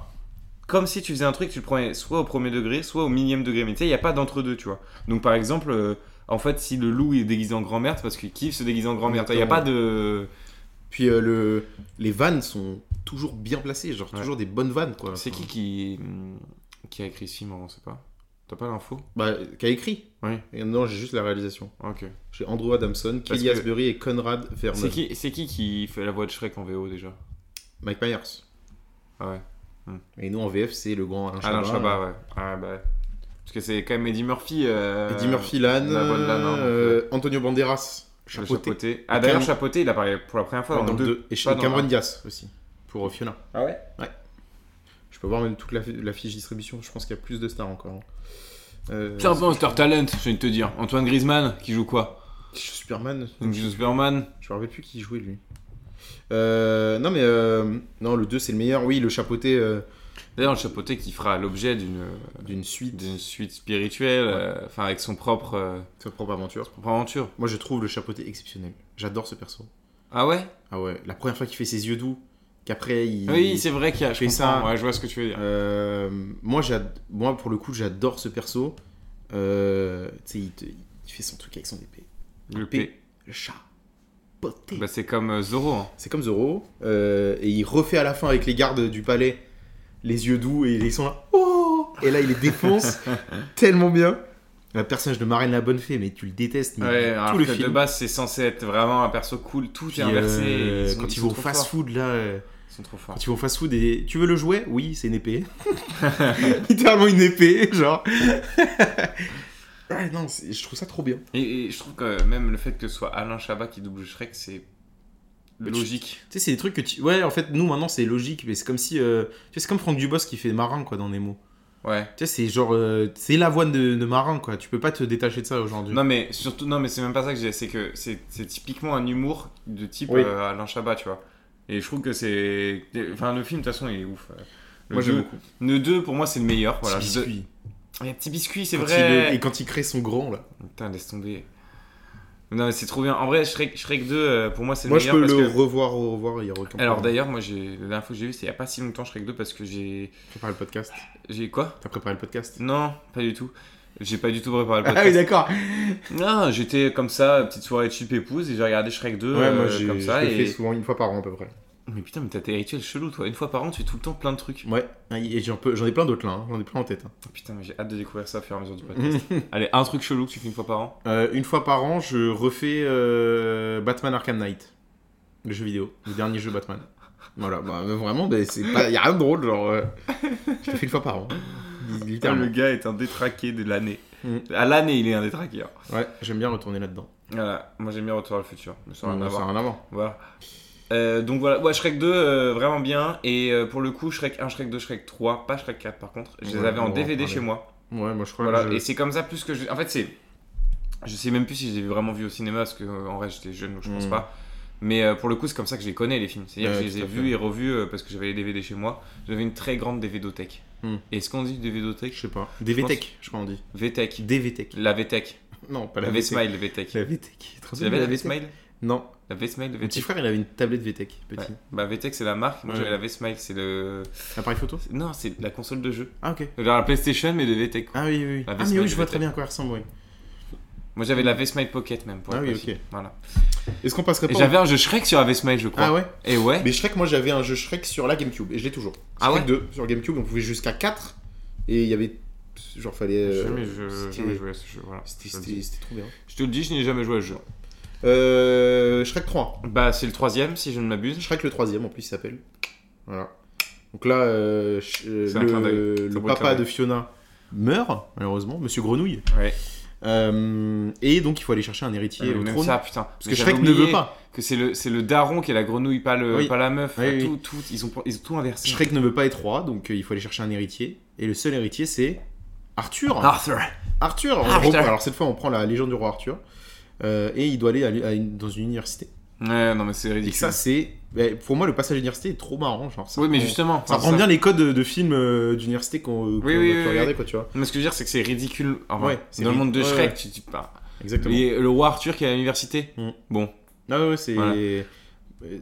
S3: comme si tu faisais un truc, tu le prenais soit au premier degré, soit au millième degré. Mais tu sais, il n'y a pas d'entre-deux, tu vois. Donc, par exemple, euh, en fait, si le loup est déguisé en grand-mère, c'est parce qu'il kiffe se déguiser en grand-mère. Il n'y a
S4: Exactement.
S3: pas de.
S4: Puis euh, le, les vannes sont toujours bien placées, genre
S3: Ouais.
S4: toujours des bonnes vannes quoi.
S3: C'est qui qui, hmm, qui a écrit ce film On ne sait pas. T'as pas l'info
S4: Bah, qui a écrit
S3: Oui.
S4: Et non, j'ai juste la réalisation.
S3: Ok.
S4: J'ai Andrew Adamson,
S3: Parce
S4: Kelly
S3: que-
S4: Asbury et Conrad Vernon.
S3: C'est qui, c'est qui qui fait la voix de Shrek en VO déjà
S4: Mike Myers.
S3: Ah ouais.
S4: Et nous en VF, c'est le grand Alain Chabat.
S3: Alain Chabat, ouais. Ah bah. ouais. Parce que c'est quand même Eddie Murphy. euh,
S4: Eddie Murphy, Lannes,
S3: la voix de Lannes, hein, donc,
S4: euh, Antonio Banderas,
S3: le
S4: chapeauté.
S3: chapeauté. Ah d'ailleurs, Chapoté, il apparaît pour la première fois
S4: Ouais,
S3: dans,
S4: dans le
S3: deux.
S4: deux. Et chez
S3: pas dans le
S4: Cameron
S3: un.
S4: Diaz aussi, pour euh, Fiona.
S3: Ah ouais
S4: Je peux voir même toute la, la fiche distribution, je pense qu'il y a plus de stars encore. hein. Euh,
S3: C'est un peu un star talent, je viens de te dire. Antoine Griezmann, qui joue quoi
S4: Superman,
S3: Donc, joue Superman.
S4: Je me rappelle plus qui jouait lui. Euh, non mais euh, non le 2 c'est le meilleur oui le chapeauté euh,
S3: D'ailleurs, le chapeauté qui fera l'objet d'une euh,
S4: d'une suite
S3: d'une suite spirituelle, euh, enfin avec son propre, euh,
S4: sa propre aventure
S3: propre aventure.
S4: moi je trouve le chapeauté exceptionnel j'adore ce perso
S3: Ah ouais
S4: ah ouais la première fois qu'il fait ses yeux doux qu'après il
S3: Oui, c'est vrai qu'il y a. Je
S4: Fais
S3: comprends.
S4: ça.
S3: Ouais, je vois ce que tu veux dire.
S4: Euh, moi j'ad- moi pour le coup j'adore ce perso Euh, tu sais il, te- il fait son truc avec son épée
S3: le
S4: P.
S3: P.
S4: le chapeauté
S3: Bah, c'est comme euh, Zorro. hein.
S4: c'est comme Zoro euh, et il refait à la fin avec les gardes du palais les yeux doux et ils sont là oh et là il les défonce tellement bien le personnage de Marraine la Bonne Fée mais tu le détestes mais
S3: Ouais,
S4: tout
S3: alors
S4: le
S3: que
S4: film
S3: de base, c'est censé être vraiment un perso cool, tout
S4: Puis,
S3: est inversé.
S4: euh,
S3: ils sont-
S4: quand
S3: ils
S4: ils
S3: sont
S4: vont au
S3: trop
S4: fast
S3: forts.
S4: food là euh,
S3: Ils sont trop forts.
S4: quand ils vont au fast food et tu veux le jouet oui c'est une épée littéralement une épée genre Ah, non c'est- je trouve ça trop bien
S3: Et, et je trouve que même le fait que ce soit Alain Chabat qui double Shrek, c'est
S4: Mais Bah, tu-
S3: logique.
S4: tu sais c'est des trucs que tu ouais en fait nous maintenant c'est logique mais c'est comme si euh, tu sais c'est comme Franck Dubos qui fait marin quoi dans Nemo
S3: Ouais.
S4: Tu sais, c'est genre. euh, c'est l'avoine de, de marin, quoi. Tu peux pas te détacher de ça aujourd'hui.
S3: Non mais surtout, non mais c'est même pas ça que je disais, c'est que c'est c'est typiquement un humour de type
S4: Oui.
S3: euh, Alain Chabat, tu vois. Et je trouve que c'est, enfin le film de toute façon il est ouf. euh. Le
S4: Moi, j'aime
S3: deux-
S4: beaucoup.
S3: Le 2 pour moi c'est le meilleur. Voilà.
S4: Petit
S3: Je-
S4: biscuit.
S3: Il y a petit biscuit, c'est
S4: Quand
S3: vrai.
S4: il- et quand il crée son grand, là.
S3: Putain laisse tomber. Non, mais c'est trop bien. En vrai, Shrek, Shrek 2, euh, pour moi, c'est le
S4: Moi, je
S3: meilleur.
S4: peux le
S3: parce que-
S4: revoir, au revoir et y recommencer.
S3: Alors d'ailleurs, moi, j'ai... la dernière fois que j'ai vu, c'est il n'y a pas si longtemps Shrek 2 parce que j'ai.
S4: T'as préparé le podcast
S3: J'ai quoi
S4: T'as préparé le podcast
S3: Non, pas du tout. J'ai pas du tout préparé le
S4: Ah oui,
S3: podcast.
S4: d'accord.
S3: non, j'étais comme ça, petite soirée cheap épouse, et j'ai regardé Shrek 2
S4: Ouais, moi,
S3: euh,
S4: j'ai
S3: comme
S4: je
S3: ça.
S4: le fais
S3: Et...
S4: souvent une fois par an à peu près.
S3: Mais putain, mais t'as tes rituels chelous, toi. Une fois par an, tu fais tout le temps plein de trucs. Oh,
S4: Ouais, et j'en peux- j'en ai plein d'autres là, hein. j'en ai plein en tête. hein.
S3: Putain, mais j'ai hâte de découvrir ça au fur et à mesure du podcast. Allez, un truc chelou que tu fais une fois par an.
S4: Euh, une fois par an, je refais euh, Batman Arkham Knight, le jeu vidéo, le dernier jeu Batman. Voilà, bah, vraiment, mais c'est pas, y a rien de drôle, genre. euh, je le fais une fois par an, littéralement.
S3: le gars est un détraqué de l'année.
S4: Mm.
S3: À l'année, il est un détraqué. hein.
S4: Ouais, j'aime bien retourner là-dedans.
S3: Voilà, moi j'aime bien Retour à le futur. Mais ça n'a
S4: Ouais,
S3: rien à
S4: ça
S3: voir.
S4: a rien à voir.
S3: Voilà. Euh, donc voilà, ouais, Shrek 2, euh, vraiment bien. Et euh, pour le coup, Shrek 1, Shrek 2, Shrek 3, pas Shrek 4 par contre. Je les
S4: Ouais,
S3: avais
S4: on va
S3: en
S4: en
S3: DVD
S4: parler.
S3: chez moi.
S4: Ouais, moi je crois
S3: Voilà,
S4: que je-
S3: et c'est comme ça plus que je. En fait, c'est. Je sais même plus si je les ai vraiment vus au cinéma parce que euh, en vrai j'étais jeune donc je pense
S4: Mm.
S3: pas. Mais euh, pour le coup, c'est comme ça que je les connais les films. C'est-à-dire
S4: Ouais,
S3: que je les
S4: tout
S3: ai
S4: à fait.
S3: vus et revus euh, parce que j'avais les DVD chez moi. J'avais une très grande DVDothèque.
S4: Mm.
S3: E Et est-ce qu'on dit
S4: je
S3: DVDothèque
S4: sais pas. Des VTech, je crois on dit.
S3: VTech.
S4: Des VTech.
S3: E La VTech.
S4: Non, pas
S3: La
S4: la E
S3: V-Smile, la VTech.
S4: La E VTech.
S3: E Tu avais la V-Smile
S4: Non,
S3: La V-Smile, la
S4: mon petit
S3: VTech.
S4: frère il avait une tablette VTech, petit.
S3: Ouais. E Bah VTech c'est la marque, moi
S4: Ouais.
S3: j'avais la V-Smile, c'est le...
S4: Appareil photo
S3: Non, c'est la console de jeu.
S4: Ah, ok.
S3: Genre la PlayStation mais de E VTech. quoi.
S4: Ah oui, oui, oui.
S3: La
S4: Ah, mais
S3: V-Smile,
S4: oui, je vois
S3: VTech.
S4: très bien à quoi elle ressemble, oui.
S3: Moi j'avais la V-Smile Pocket même pour
S4: Ah
S3: être
S4: oui,
S3: précis.
S4: ok.
S3: Voilà.
S4: Est-ce qu'on passerait
S3: Et
S4: pas au-
S3: j'avais un jeu Shrek sur la V-Smile je crois.
S4: Ah ouais
S3: Et ouais.
S4: Mais Shrek, moi j'avais un jeu Shrek sur la GameCube et je l'ai toujours.
S3: Ah
S4: Shrek
S3: ouais
S4: 2 sur GameCube, on pouvait jusqu'à 4 et il y avait. Genre fallait. euh,
S3: Jamais, je,
S4: c'était-
S3: jamais joué à ce jeu. Voilà.
S4: C'était
S3: Je, te le
S4: c'était-
S3: dis.
S4: c'était trop bien.
S3: Je te le dis, je n'ai jamais joué à ce jeu.
S4: Euh, Shrek 3.
S3: Bah c'est le troisième si je ne m'abuse.
S4: Shrek le troisième en plus il s'appelle. Voilà. Donc là, euh, ch- euh,
S3: C'est un clin d'œil.
S4: le,
S3: C'est
S4: le
S3: un beau clin
S4: papa
S3: d'œil.
S4: de Fiona meurt, malheureusement, Monsieur Grenouille.
S3: Ouais.
S4: Euh, et donc il faut aller chercher un héritier
S3: Euh,
S4: au
S3: même
S4: trône.
S3: ça putain.
S4: parce que Shrek ne veut pas.
S3: Que c'est le, c'est le daron qui est la grenouille, pas, le,
S4: Oui.
S3: pas la meuf.
S4: Oui, oui.
S3: tout, tout, ils, ont, ils ont tout inversé.
S4: Shrek ne veut pas être roi, donc euh, il faut aller chercher un héritier. Et le seul héritier c'est Arthur.
S3: Arthur.
S4: Arthur, on
S3: Arthur.
S4: reprend- alors cette fois on prend la légende du roi Arthur Euh, et il doit aller à l'u- à une- dans une université.
S3: Ouais, non mais c'est
S4: Et
S3: ridicule.
S4: ça c'est bah, pour moi le passage à l'université est trop marrant genre ça.
S3: oui mais
S4: prend-
S3: justement.
S4: ça
S3: enfin,
S4: prend bien les codes de, de films euh, d'université qu'on qu'on
S3: Oui, oui,
S4: peut
S3: oui,
S4: regarder
S3: oui.
S4: quoi tu vois.
S3: Mais ce que je veux dire, c'est que c'est ridicule. En vrai.
S4: Ouais, c'est
S3: Dans le monde de
S4: ri- ouais,
S3: Shrek,
S4: ouais.
S3: tu, tu bah,
S4: Exactement.
S3: et le roi Arthur qui est à l'université.
S4: Mm.
S3: Bon,
S4: Ah ouais, ouais, c'est
S3: Voilà.
S4: euh,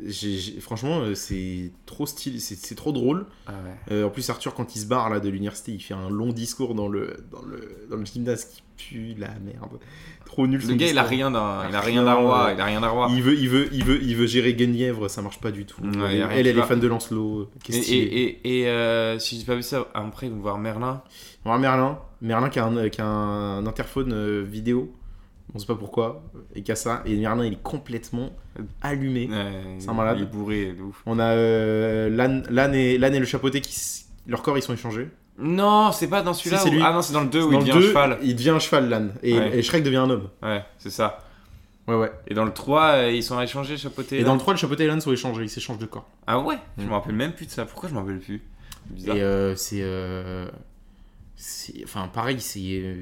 S4: j'ai- j'ai- franchement euh, c'est trop stylé, c'est c'est trop drôle.
S3: Ah
S4: Euh, en plus Arthur quand il se barre là de l'université, il fait un long discours dans le dans le dans le gymnase qui pue la merde. Trop nul.
S3: le
S4: son
S3: gars il a
S4: discours.
S3: rien d'un, il a rien
S4: Rien,
S3: d'un roi,
S4: ouais.
S3: il a rien d'un roi.
S4: Il veut, il veut, il veut, il veut gérer Guenièvre, ça marche pas du tout.
S3: Ouais,
S4: Elle,
S3: y a rien
S4: elle,
S3: qui
S4: elle est
S3: va.
S4: fan de Lancelot.
S3: Et,
S4: Qu'est-ce qu'il est
S3: et, et, et, euh, si j'ai pas vu ça, après ils vont voir Merlin.
S4: On va voir Merlin, Merlin qui a un, qui a un interphone euh, vidéo, on sait pas pourquoi, et qui a ça. Et Merlin, il est complètement allumé.
S3: Euh,
S4: C'est un malade.
S3: Il est bourré de ouf.
S4: On a euh, l'âne l'âne et, l'âne et le chapeauté qui. s- Leurs corps, ils sont échangés.
S3: Non, c'est pas dans celui-là.
S4: Si, c'est
S3: où-
S4: lui.
S3: Ah non, c'est dans le 2 où il
S4: Dans le
S3: devient un
S4: deux,
S3: cheval.
S4: Il devient un cheval, l'âne. Et,
S3: Ouais.
S4: et Shrek devient un homme.
S3: Ouais, c'est ça.
S4: Ouais, ouais.
S3: Et dans le 3, euh, ils sont échangés, chapeautés.
S4: Et dans le 3, le chapeauté et l'âne sont échangés, ils s'échangent de corps.
S3: Ah ouais Je
S4: Mm.
S3: me rappelle même plus de ça. Pourquoi je m'en rappelle plus C'est bizarre.
S4: Et euh, c'est. euh, c'est- Enfin, pareil, c'est. euh,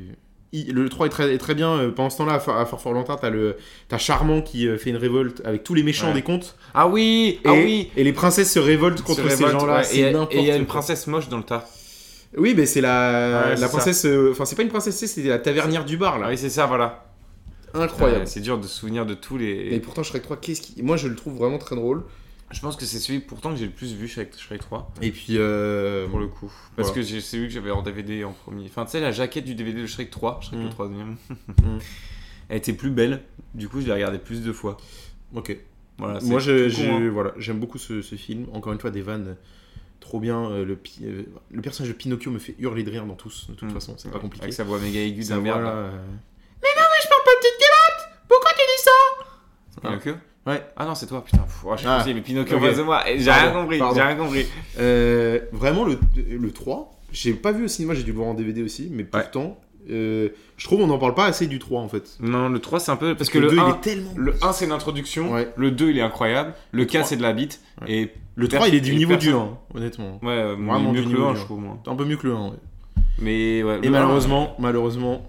S4: il- Le 3 est très, est très bien. euh, Pendant ce temps-là, à Fort à Fort Forlentin, t'as, le... t'as Charmant qui euh, fait une révolte avec tous les méchants
S3: Ouais.
S4: des contes.
S3: Ah oui Ah
S4: et,
S3: oui
S4: et les princesses se révoltent contre
S3: Se
S4: ces
S3: révolte,
S4: gens-là.
S3: ouais.
S4: c'est
S3: Et-
S4: n'importe
S3: Et il y a une
S4: quoi.
S3: princesse moche dans le tas.
S4: Oui, mais c'est la,
S3: Ouais, c'est
S4: la
S3: ça.
S4: princesse. euh, Enfin, c'est pas une princesse, c'est la tavernière du bar,
S3: Ah
S4: là.
S3: oui, c'est ça, voilà.
S4: Incroyable.
S3: Ouais, C'est dur de se souvenir de tous les.
S4: Et pourtant, Shrek 3, qu'est-ce qui. Moi, je le trouve vraiment très drôle.
S3: Je pense que c'est celui pourtant que j'ai le plus vu Shrek, Shrek 3
S4: Et puis. euh,
S3: pour le coup. Parce
S4: Voilà.
S3: que j'ai- c'est celui que j'avais en DVD en premier. Enfin, tu sais, la jaquette du DVD de Shrek 3, Shrek le
S4: Mm.
S3: troisième, elle était plus belle. Du coup, je l'ai regardé plus de fois.
S4: Ok.
S3: Voilà, c'est
S4: Moi, je,
S3: tout con,
S4: je-
S3: hein.
S4: voilà, j'aime beaucoup ce, ce film. Encore une fois, des vannes trop bien. euh, le, pi- euh, le personnage de Pinocchio me fait hurler de rire dans tous, de toute
S3: Mm.
S4: façon. C'est pas
S3: Ouais,
S4: compliqué.
S3: Avec sa voix méga aiguë de
S4: Sa
S3: la
S4: voix,
S3: merde.
S4: là,
S3: là.
S4: euh, Mais non, mais je parle pas petite culotte Pourquoi tu dis ça
S3: C'est Pinocchio
S4: Ouais.
S3: Ah non, c'est toi, putain. Pff, oh, je suis
S4: Ah.
S3: mais Pinocchio en
S4: Ok.
S3: face de moi. Et J'ai rien
S4: Pardon,
S3: compris,
S4: pardon.
S3: j'ai rien compris.
S4: Euh, Vraiment, le, le 3, j'ai pas vu au cinéma, j'ai dû le voir en DVD aussi, mais pourtant, euh, je trouve on n'en parle pas assez du 3 en fait.
S3: Non, le 3, c'est un peu. Parce que
S4: le
S3: le
S4: 2,
S3: 1,
S4: il est tellement.
S3: le 1, c'est une introduction.
S4: Ouais.
S3: Le 2, il est incroyable. Le 4,
S4: 3.
S3: c'est de la bite.
S4: Ouais.
S3: Et
S4: Le 3, il est du
S3: personne-
S4: niveau du
S3: personne-
S4: 1, honnêtement.
S3: Ouais, euh,
S4: Vraiment
S3: mieux
S4: du
S3: que le
S4: niveau
S3: 1,
S4: du
S3: je
S4: un.
S3: trouve, moi.
S4: Un peu mieux que le 1. ouais.
S3: Mais ouais.
S4: Et
S3: le 1,
S4: malheureusement, malheureusement,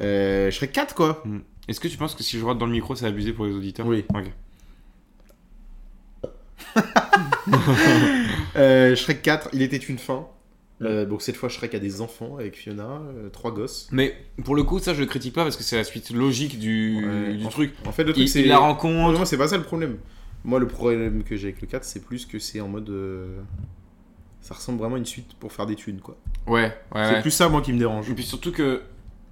S4: euh, je serais 4 quoi.
S3: Est-ce que tu penses que si je rate dans le micro, c'est abusé pour les auditeurs
S4: Oui.
S3: Ok.
S4: Euh, Shrek 4, il était une fin.
S3: Mm.
S4: Euh, donc cette fois, Shrek a des enfants avec Fiona, euh, trois gosses.
S3: Mais pour le coup, ça, je le critique pas parce que c'est la suite logique du,
S4: Ouais.
S3: du truc.
S4: En fait, le
S3: Il,
S4: truc, c'est...
S3: il la
S4: Non,
S3: rencontre.
S4: moi, c'est pas ça le problème. Moi, le problème que j'ai avec le 4, c'est plus que c'est en mode... euh, Ça ressemble vraiment à une suite pour faire des thunes, quoi.
S3: Ouais, ouais,
S4: C'est
S3: ouais.
S4: plus ça, moi, qui me dérange.
S3: Et puis surtout que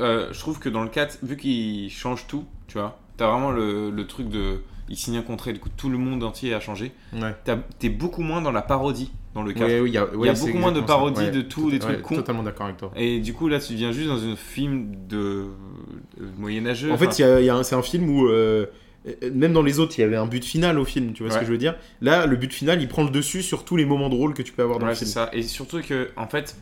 S3: euh, je trouve que dans le 4, vu qu'il change tout, tu vois, t'as vraiment le, le truc de. Il signe un contrat et du coup tout le monde entier a changé.
S4: Ouais.
S3: T'as- T'es beaucoup moins dans la parodie dans le 4.
S4: Ouais, oui, il y a, ouais,
S3: y a
S4: c'est
S3: beaucoup moins de
S4: exactement ça.
S3: parodies
S4: Ouais,
S3: de tout, des
S4: ouais,
S3: trucs cons.
S4: Totalement d'accord avec toi.
S3: Et du coup là tu viens juste dans un film de euh, moyenâgeux.
S4: En
S3: enfin,
S4: fait, il y a- il y a un- c'est un film où, euh, euh, même dans les autres, il y avait un but final au film, tu vois ce
S3: Ouais.
S4: que je veux dire Là, le but final, il prend le dessus sur tous les moments drôles que tu peux avoir dans
S3: Ouais,
S4: le
S3: c'est
S4: film.
S3: ça. Et surtout que, en fait,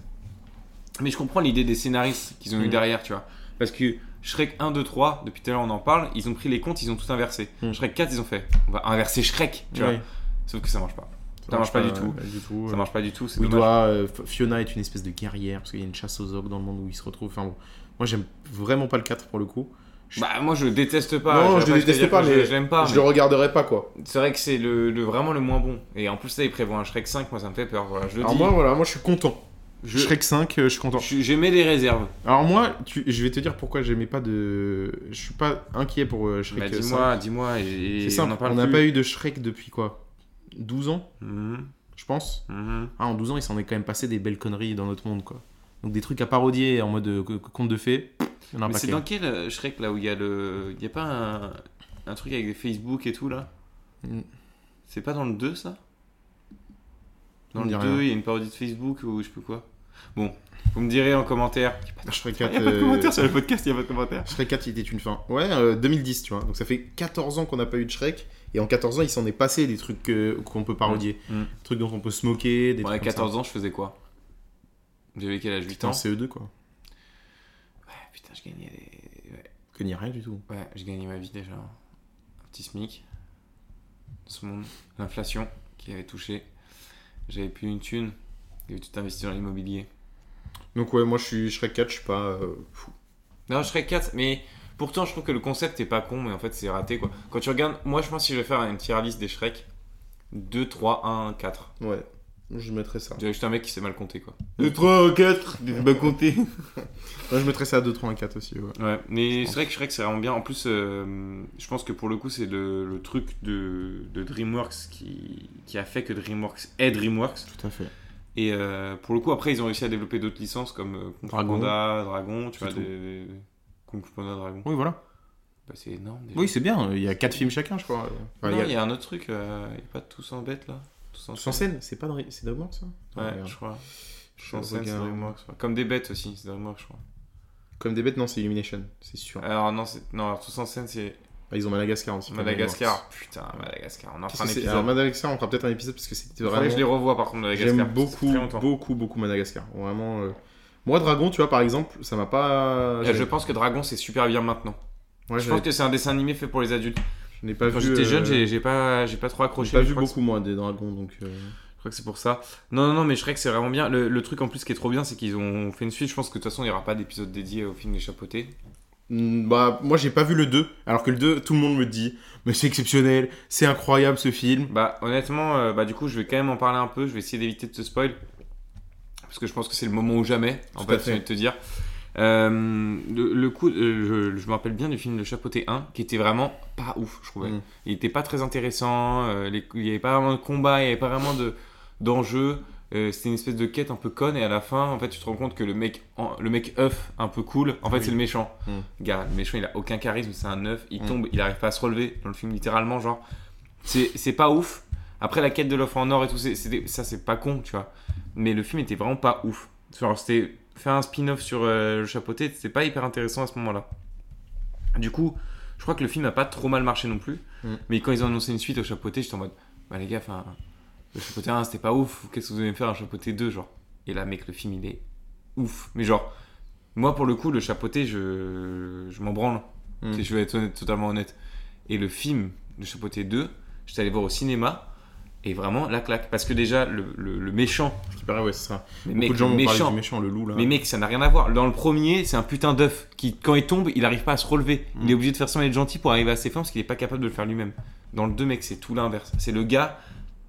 S3: mais je comprends l'idée des scénaristes qu'ils ont eu
S4: Mm.
S3: derrière, tu vois. Parce que Shrek 1, 2, 3, depuis tout à l'heure on en parle, ils ont pris les comptes, ils ont tout inversé.
S4: Mm.
S3: Shrek 4, ils ont fait, on va inverser Shrek, tu
S4: Ouais,
S3: vois. Sauf que ça marche pas. Ça marche pas du tout.
S4: euh, du tout,
S3: Ça
S4: euh,
S3: marche pas du tout, c'est
S4: où il
S3: dommage.
S4: doit, euh, F- Fiona est une espèce de guerrière, parce qu'il y a une chasse aux ogres dans le monde où ils se retrouvent. Enfin, bon, moi, j'aime vraiment pas le 4 pour le coup.
S3: Bah, moi je déteste pas.
S4: Non,
S3: vais pas
S4: je le
S3: te
S4: déteste
S3: dire
S4: pas,
S3: que
S4: mais
S3: Je, je l'aime pas.
S4: je
S3: Ah, mais
S4: le regarderai pas, quoi.
S3: C'est vrai que c'est le, le- vraiment le moins bon. Et en plus, là, ils prévoient un Shrek 5, moi ça me fait peur, voilà, je le
S4: Alors,
S3: dis.
S4: moi, voilà, moi, je suis content.
S3: je,
S4: Shrek 5, euh, je suis content.
S3: je- j'aimais les réserves.
S4: Alors, moi, tu- je vais te dire pourquoi j'aimais pas de. Je suis pas inquiet pour euh, Shrek
S3: Bah,
S4: 5.
S3: dis-moi, dis-moi. et- et
S4: C'est simple, on
S3: parle
S4: n'a
S3: plus.
S4: pas eu de Shrek depuis quoi 12 ans,
S3: Mhm,
S4: je pense.
S3: mhm.
S4: Ah, en 12 ans, il s'en est quand même passé des belles conneries dans notre monde, quoi. Donc des trucs à parodier en mode euh, co- co- conte de fées, il y en a un
S3: Mais c'est
S4: paquet.
S3: dans quel euh, Shrek là où il y a le. Il y a pas un... un truc avec des Facebook et tout là
S4: Mm.
S3: C'est pas dans le 2 ça Dans
S4: On
S3: le 2,
S4: dirait rien.
S3: il y a une parodie de Facebook ou je sais plus quoi. Bon, vous me direz en commentaire.
S4: Shrek
S3: Il
S4: 4,
S3: n'y a pas de commentaire
S4: euh,
S3: sur le podcast, il n'y a pas de commentaire.
S4: Shrek 4, il était une fin. Ouais, euh, 2010, tu vois. Donc ça fait 14 ans qu'on n'a pas eu de Shrek. Et en 14 ans, il s'en est passé des trucs euh, qu'on peut parodier.
S3: Mm. Mm.
S4: Des trucs dont on peut se moquer, des
S3: Bon, à
S4: trucs comme ça.
S3: 14 ans, je faisais quoi J'avais quel âge 8
S4: Putain,
S3: ans
S4: CE2, quoi.
S3: Ouais, Putain, je gagnais des- ouais.
S4: Que n'y a rien du tout.
S3: Ouais, je gagnais ma vie déjà. Un petit SMIC. Dans ce monde. L'inflation qui avait touché. J'avais plus une thune. J'avais tout investi dans l'immobilier.
S4: Donc ouais, moi, je suis Shrek 4, je suis pas... euh, fou.
S3: Non, je serais 4, mais pourtant je trouve que le concept est pas con, mais en fait c'est raté quoi. Quand tu regardes, moi je pense que si je vais faire une tier list des Shrek, 2, 3, 1, 4.
S4: Ouais, je mettrais ça.
S3: Je dirais juste un mec qui sait mal compter quoi.
S4: 2, 3, 4, bah compter. Moi, je mettrais ça à 2, 3, 1, 4 aussi, ouais.
S3: Ouais, mais c'est vrai que Shrek c'est vraiment bien. En plus, euh, je pense que pour le coup c'est le, le truc de, de DreamWorks qui, qui a fait que DreamWorks est DreamWorks.
S4: Tout à fait.
S3: Et euh, pour le coup, après ils ont réussi à développer d'autres licences comme euh, Kung Fu
S4: Dragon.
S3: Panda, Dragon, tu
S4: C'est
S3: vois,
S4: tout.
S3: des- Kung Fu Panda, Dragon.
S4: Oui, voilà.
S3: Bah, c'est énorme déjà.
S4: Oui, c'est bien. euh, Il y a 4 films chacun, je crois. Enfin,
S3: non,
S4: il y a-
S3: il y a un autre truc, euh, il y a pas Tous en bête là Tous en
S4: Sans scène, c'est pas de... c'est Dogmark, ça
S3: Ouais,
S4: Regarde.
S3: je crois. Je
S4: le
S3: pense que c'est
S4: regarde.
S3: DreamWorks. ouais. Comme des bêtes aussi, c'est DreamWorks, je crois.
S4: Comme des bêtes, non, c'est Illumination, c'est sûr.
S3: Alors, non, c'est... non alors, tous en scène, c'est
S4: Ah, ils ont Madagascar aussi. comme
S3: Madagascar. Putain, Madagascar. On en
S4: Qu'est-ce
S3: fera un
S4: que c'est
S3: épisode.
S4: Alors, Madagascar, on fera peut-être un épisode parce que c'était
S3: Faudrait que je les
S4: vraiment.
S3: revois par contre, Madagascar. parce que ça
S4: J'aime
S3: fait
S4: beaucoup,
S3: très longtemps.
S4: beaucoup, beaucoup Madagascar. Vraiment. euh, Moi, Dragon, tu vois, par exemple, ça m'a pas.
S3: Et
S4: j'ai-
S3: Ah, Euh, Je pense que Dragon, c'est super bien maintenant.
S4: Ouais,
S3: je
S4: j'ai-
S3: pense que c'est un dessin animé fait pour les adultes.
S4: je n'ai pas
S3: Quand
S4: vu.
S3: j'étais
S4: euh,
S3: jeune, j'ai, j'ai pas, j'ai pas trop accroché.
S4: j'ai pas
S3: je
S4: vu
S3: crois que
S4: beaucoup, moi, des dragons, donc. euh,
S3: Je crois que c'est pour ça. Non, non, non, mais Shrek, c'est vraiment bien. Le, le truc en plus qui est trop bien, c'est qu'ils ont fait une suite. Je pense que de toute façon, il n'y aura pas d'épisode dédié au film des chapeautés.
S4: Mm, Bah, moi, j'ai pas vu le 2. Alors que le 2, tout le monde me dit, mais c'est exceptionnel, c'est incroyable ce film.
S3: Bah honnêtement, euh, bah du coup je vais quand même en parler un peu, je vais essayer d'éviter de te spoil. Parce que je pense que c'est le moment ou jamais, en
S4: Tout
S3: fait,
S4: à fait.
S3: j'ai envie de te dire. Euh, le, le coup, euh, je, je me rappelle bien du film Le Chapeauté 1, qui était vraiment pas ouf, je trouvais.
S4: Mm.
S3: Il était pas très intéressant, euh, les- il n'y avait pas vraiment de combat, il n'y avait pas vraiment de- d'enjeu. Euh, C'était une espèce de quête un peu conne, et à la fin, en fait, tu te rends compte que le mec, en- le mec œuf, un peu cool, en fait,
S4: Oui.
S3: c'est le méchant.
S4: Mm.
S3: Gars, le méchant, il a aucun charisme, c'est un œuf, il
S4: Mm.
S3: tombe, il arrive pas à se relever dans le film, littéralement, genre. C'est c'est pas ouf. Après la quête de l'offre en or et tout, c'est- c'était- ça c'est pas con, tu vois. Mais le film était vraiment pas ouf. Genre, c'était faire un spin-off sur euh, le chapeauté, c'était pas hyper intéressant à ce moment-là. Du coup, je crois que le film a pas trop mal marché non plus.
S4: Mm.
S3: Mais quand ils ont annoncé une suite au chapeauté, j'étais en mode, bah les gars, enfin, le chapeauté 1 c'était pas ouf, qu'est-ce que vous allez me faire un chapeauté 2, genre. Et là, mec, le film il est ouf. Mais genre, moi pour le coup, le chapeauté, je, je m'en branle.
S4: Mm.
S3: Si je vais être honnête- totalement honnête. Et le film, le chapeauté 2, j'étais allé voir au cinéma. Et vraiment, la claque. Parce que déjà, le, le- le méchant.
S4: Ce qui paraît, ouais, c'est ça.
S3: Mais
S4: Beaucoup
S3: mec,
S4: de gens
S3: le
S4: m'ont parlé
S3: méchant.
S4: du méchant, hein. le loup là.
S3: Mais mec, ça n'a rien à voir. Dans le premier, c'est un putain d'œuf qui, quand il tombe, il n'arrive pas à se relever. Il
S4: Mm.
S3: est obligé de faire semblant d'être gentil pour arriver à ses fins parce qu'il n'est pas capable de le faire lui-même. Dans le 2, mec, c'est tout l'inverse. C'est le gars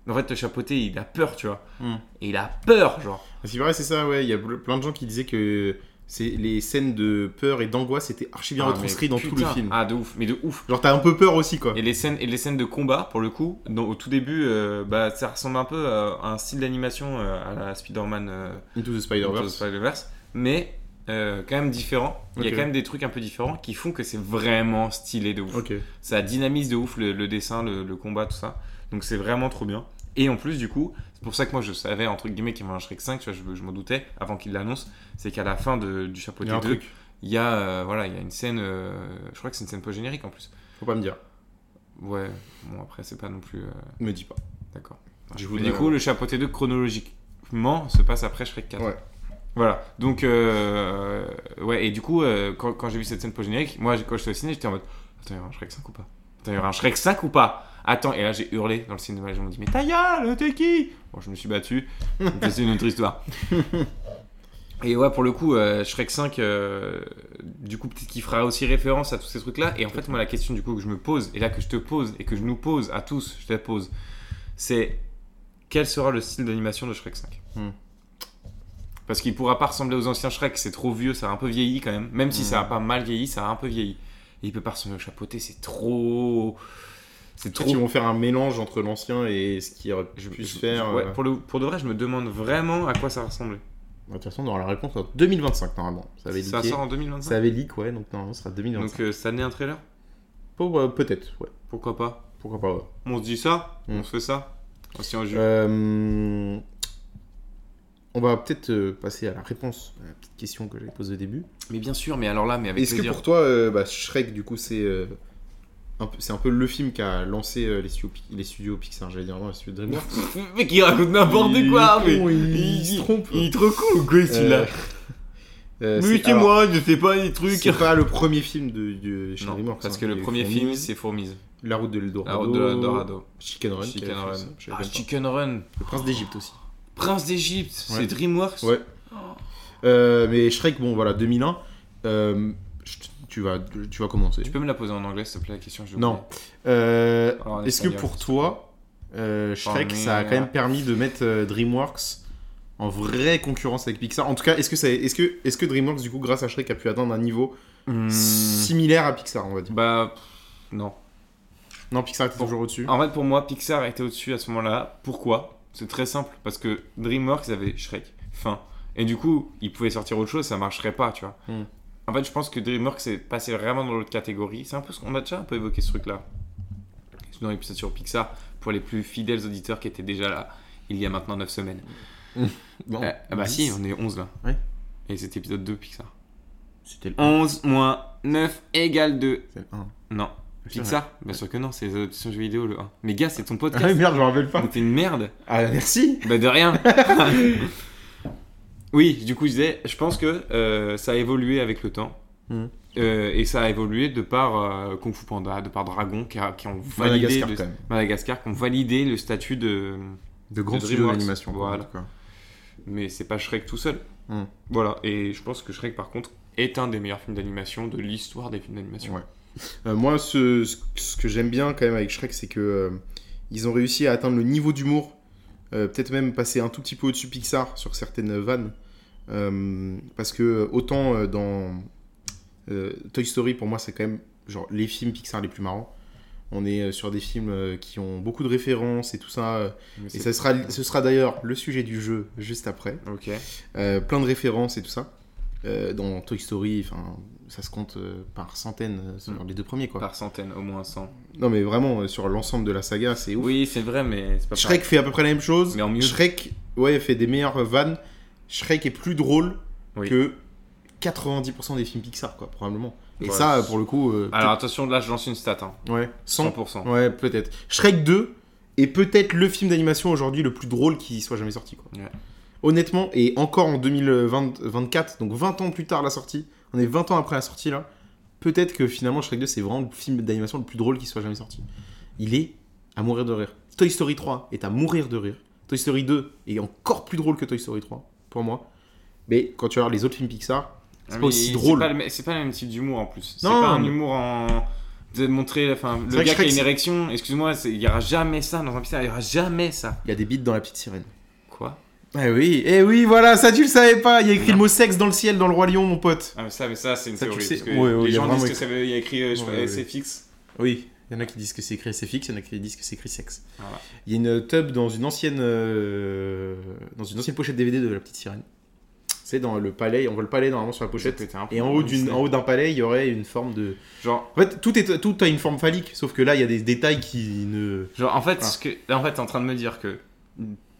S3: En fait, le chapeauté, il a peur, tu vois.
S4: Hmm.
S3: Et il a peur, genre.
S4: Parce qu'il paraît, c'est ça, ouais. Il y a ple- plein de gens qui disaient que c'est les scènes de peur et d'angoisse étaient archi bien
S3: Ah, mais
S4: retranscrites dans tout le
S3: putain.
S4: film.
S3: Ah, de ouf, mais de ouf.
S4: Genre, t'as un peu peur aussi, quoi.
S3: Et les scènes, et les scènes de combat, pour le coup, dans- au tout début, euh, bah, ça ressemble un peu à, à un style d'animation euh, à la Spider-Man euh,
S4: Into the
S3: Into the
S4: Spider-Verse.
S3: Spider-Verse, mais euh, quand même différent. Il y a
S4: Ok.
S3: quand même des trucs un peu différents qui font que c'est vraiment stylé de ouf.
S4: Ok.
S3: Ça dynamise de ouf le, le dessin, le, le combat, tout ça. Donc c'est vraiment trop bien. Et en plus, du coup, c'est pour ça que moi je savais, entre guillemets, qu'il y avait un Shrek 5, tu vois, je, je m'en doutais avant qu'il l'annonce, c'est qu'à la fin de- du
S4: Il y
S3: chapeauté
S4: a un
S3: 2,
S4: truc,
S3: il y a, euh, voilà, il y a une scène, euh, je crois que c'est une scène post-générique en plus.
S4: faut pas me dire.
S3: Ouais, bon après c'est pas non plus... euh,
S4: Me dis pas.
S3: D'accord.
S4: Je
S3: Mais
S4: voudrais
S3: du coup, le chapeauté 2 chronologiquement se passe après Shrek 4.
S4: Ouais.
S3: Voilà, donc, euh, ouais, et du coup, euh, quand, quand j'ai vu cette scène post-générique, moi, quand j'étais au ciné, j'étais en mode Attends, il y aura un Shrek 5 ou pas Attends, il y aura un Shrek 5 ou pas Attends, et là, j'ai hurlé dans le cinéma, je me dit Mais ta gueule, t'es qui Bon, je me suis battu, mais c'est une autre histoire. Et ouais, pour le coup, euh, Shrek 5, euh, du coup, peut-être qu'il fera aussi référence à tous ces trucs-là. Et en fait, moi, la question du coup que je me pose, et là que je te pose, et que je nous pose à tous, je te la pose, c'est quel sera le style d'animation de Shrek 5
S4: Hmm.
S3: Parce qu'il pourra pas ressembler aux anciens Shrek, c'est trop vieux, ça a un peu vieilli quand même. Même si
S4: Hmm.
S3: ça a pas mal vieilli, ça a un peu vieilli. Et il peut pas ressembler au chapeauté, c'est trop. C'est trop.
S4: Ils vont faire un mélange entre l'ancien et ce qui aurait pu
S3: Je-
S4: se faire.
S3: ouais,
S4: euh,
S3: pour, le, pour de vrai, je me demande vraiment à quoi ça ressemblait.
S4: De toute façon, on aura euh, la réponse en 2025, normalement. Ça avait
S3: Ça
S4: leaké.
S3: sort en 2025.
S4: Ça avait leak, ouais, donc normalement, ce sera 2025.
S3: Donc, euh, ça naît un trailer
S4: Pour, euh, Peut-être, ouais.
S3: Pourquoi pas
S4: Pourquoi pas, ouais.
S3: On se dit ça
S4: Hmm.
S3: On se fait ça Ancien jeu.
S4: Euh, On va peut-être euh, passer à la réponse à la petite question que j'avais posée au début.
S3: Mais bien sûr, mais alors là, mais avec
S4: Est-ce que
S3: plaisir.
S4: pour toi, euh, bah, Shrek, du coup, c'est euh, un, peu- c'est un peu le film qui a lancé euh, les, studios, Pi- les studios Pixar, j'allais dire, non, les studios DreamWorks
S3: Mec, il raconte n'importe
S4: Il-
S3: quoi, mais.
S4: il, se trompe.
S3: Il est trop cool ou quoi celui-là
S4: Euh, Euh, c'est- alors,
S3: Expliquez-moi, je sais pas les trucs.
S4: C'est pas le premier film de, de chez
S3: Non,
S4: DreamWorks.
S3: parce
S4: hein,
S3: que le
S4: il y a eu
S3: premier
S4: Fourmis,
S3: film, c'est Fourmise.
S4: La route de l'Eldorado.
S3: La route de l'Eldorado.
S4: Chicken Run. qui
S3: Chicken
S4: avait fait
S3: Run.
S4: ça, je savais
S3: Ah,
S4: même pas.
S3: Chicken Run.
S4: Le prince d'Égypte aussi.
S3: Prince d'Égypte,
S4: Ouais.
S3: c'est DreamWorks.
S4: Ouais. Euh, mais Shrek, bon voilà, 2001. euh, je- tu, vas, tu vas commencer.
S3: Tu peux Oh, me la poser en anglais, s'il te plaît, la question je
S4: Non. Euh,
S3: Alors, en
S4: Est-ce que
S3: espagnol,
S4: pour
S3: c'est
S4: toi, euh, Shrek,
S3: Parmi-
S4: ça a quand même permis de mettre euh, DreamWorks en vraie concurrence avec Pixar En tout cas, est-ce que, est -ce que, est que DreamWorks, du coup, grâce à Shrek, a pu atteindre un niveau
S3: Hmm,
S4: similaire à Pixar, on va dire
S3: Bah. pff, Non.
S4: Non, Pixar était toujours au-dessus.
S3: En fait, pour moi, Pixar était au-dessus à ce moment-là. Pourquoi C'est très simple. Parce que DreamWorks avait Shrek. Fin. Et du coup, ils pouvaient sortir autre chose, ça marcherait pas, tu vois.
S4: Mm.
S3: En fait, je pense que DreamWorks est passé vraiment dans l'autre catégorie. C'est un peu ce qu'on a déjà un peu évoqué ce truc-là. Dans l'épisode sur Pixar, pour les plus fidèles auditeurs qui étaient déjà là il y a maintenant 9 semaines.
S4: Non.
S3: Euh, ah bah si, on est 11 là.
S4: Ouais.
S3: Et c'était épisode 2 Pixar.
S4: C'était le
S3: 11 moins 9 égale 2.
S4: c'est le un.
S3: Non. Pixar Bien sûr que non, c'est les adaptations jeux vidéo le 1. Mais gars, c'est ton
S4: Ah,
S3: podcast.
S4: merde, je me rappelle pas.
S3: T'es une merde.
S4: Ah, merci
S3: Bah de rien. oui, du coup je disais, je pense que euh, ça a évolué avec le temps.
S4: Mm.
S3: Euh, et ça a évolué de par euh, Kung Fu Panda, de par Dragon, qui, a- qui ont validé
S4: Madagascar,
S3: le-
S4: quand même.
S3: Madagascar, qui ont validé le statut de.
S4: De grands
S3: De
S4: studios
S3: DreamWorks,
S4: d'animation. quoi,
S3: voilà.
S4: en tout cas.
S3: Mais c'est pas Shrek tout seul.
S4: Mm.
S3: Voilà. Et je pense que Shrek par contre est un des meilleurs films d'animation de l'histoire des films d'animation.
S4: Ouais. Euh, moi, ce, ce- ce que j'aime bien quand même avec Shrek, c'est que euh, ils ont réussi à atteindre le niveau d'humour, euh, peut-être même passer un tout petit peu au-dessus Pixar sur certaines vannes, Euh, parce que euh, autant euh, dans euh, Toy Story, pour moi, c'est quand même genre les films Pixar les plus marrants. On est euh, sur des films euh, qui ont beaucoup de références et tout ça. euh,
S3: Mais
S4: et
S3: c'est-
S4: ça sera, ce sera d'ailleurs le sujet du jeu juste après.
S3: Ok.
S4: Euh, plein de références et tout ça. Euh, dans Toy Story, enfin, ça se compte euh, par centaines euh, sur
S3: Mm.
S4: les deux premiers quoi.
S3: Par centaines, au moins 100.
S4: Non, mais vraiment, euh, sur l'ensemble de la saga, c'est ouf.
S3: Oui, c'est vrai, mais c'est pas pareil.
S4: Shrek fait à peu près la même chose.
S3: Mais en mieux.
S4: Shrek, ouais, fait des meilleures vannes. Shrek est plus drôle
S3: Oui.
S4: que 90% des films Pixar, quoi, probablement. Et
S3: Ouais.
S4: ça, pour le coup. euh,
S3: Alors attention, là je lance une stat. hein.
S4: peut-être- ouais, 100%.
S3: 100%.
S4: Ouais, peut-être. Shrek 2 est peut-être le film d'animation aujourd'hui le plus drôle qui soit jamais sorti, quoi.
S3: Ouais.
S4: Honnêtement, et encore en 2024, donc 20 ans plus tard la sortie, on est 20 ans après la sortie là, peut-être que finalement Shrek 2 c'est vraiment le film d'animation le plus drôle qui soit jamais sorti. Il est à mourir de rire. Toy Story 3 est à mourir de rire. Toy Story 2 est encore plus drôle que Toy Story 3, pour moi. Mais quand tu regardes les autres films Pixar,
S3: Ah,
S4: c'est
S3: mais
S4: pas aussi drôle.
S3: pas le mê- C'est pas, le même type d'humour en plus. C'est
S4: Non,
S3: pas un
S4: mais-
S3: humour en. de montrer, enfin,
S4: C'est
S3: le gars
S4: vrai que
S3: qui a
S4: Shrek,
S3: une
S4: c'est-
S3: érection, excuse-moi, c'est- il y aura jamais ça dans un pixel, il y aura jamais ça.
S4: Il y a des bites dans la petite sirène.
S3: Quoi
S4: Eh oui, eh oui, voilà, ça tu le savais pas. Il y a écrit le mot sexe dans le ciel, dans le roi lion, mon pote.
S3: Ah, mais ça, mais ça, c'est une
S4: Ça, tu
S3: théorie.
S4: le sais.
S3: Parce que
S4: Ouais,
S3: les
S4: ouais, il y a
S3: gens
S4: vraiment
S3: disent que
S4: écrit-
S3: ça veut, il y a écrit, euh, je
S4: Ouais,
S3: crois,
S4: ouais, ouais.
S3: SFX.
S4: Oui, il y en a qui disent que c'est écrit SFX, il y en a qui disent que c'est écrit sexe.
S3: Voilà.
S4: Il y a une tub dans une ancienne, euh, dans une ancienne pochette DVD de la petite sirène. C'est dans le palais, on voit le palais normalement sur la
S3: Ça
S4: pochette.
S3: pétait un peu.
S4: Et en haut d'une- en haut d'un palais, il y aurait une forme de,
S3: Genre,
S4: En fait, tout, est, tout a une forme phallique, sauf que là, il y a des détails qui ne.
S3: genre, en fait,
S4: Ah.
S3: ce que, là, en fait, t'es en train de me dire que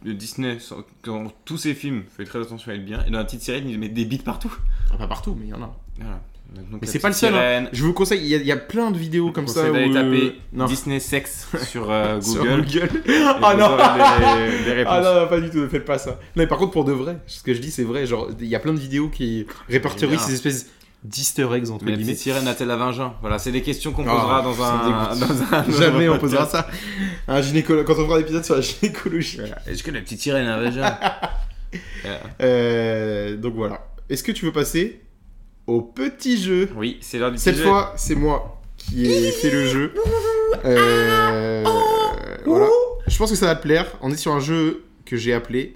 S3: le Disney, sur- dans tous ses films, fait très attention à être bien, et dans la petite sirène, ils mettent des bites partout.
S4: Ah, pas partout, mais il y en a.
S3: Voilà. Donc, donc,
S4: Mais
S3: la
S4: c'est pas le
S3: petite
S4: seul, hein.
S3: sirène,
S4: Je vous conseille, il y a, il y a plein de vidéos comme ça.
S3: d'aller
S4: où, euh,
S3: taper
S4: non.
S3: Disney sexe sur euh,
S4: Sur
S3: Google.
S4: Google.
S3: et
S4: Ah
S3: vous
S4: non
S3: aurez des- des réponses.
S4: Ah non, non, pas du tout, ne faites pas ça. Non, mais par contre, pour de vrai, ce que je dis, c'est vrai. Genre, il y a plein de vidéos qui répertorient
S3: bien.
S4: ces espèces d'easter eggs, entre
S3: Mais la
S4: guillemets.
S3: petite sirène a-t-elle la vingin Voilà, c'est des questions qu'on
S4: Ah,
S3: posera dans,
S4: ça
S3: un,
S4: me
S3: dans un-
S4: Jamais Ah, on posera ça. Un gynécolo... Quand on fera l'épisode sur la gynécologie.
S3: Voilà. Est-ce que la petite sirène a un vagin Euh,
S4: Euh, donc voilà. Est-ce que tu veux passer au petit jeu
S3: Oui, c'est l'heure du
S4: Cette
S3: petit jeu.
S4: fois, c'est moi qui ai fait le jeu. Euh, voilà. Je pense que ça va te plaire. On est sur un jeu que j'ai appelé.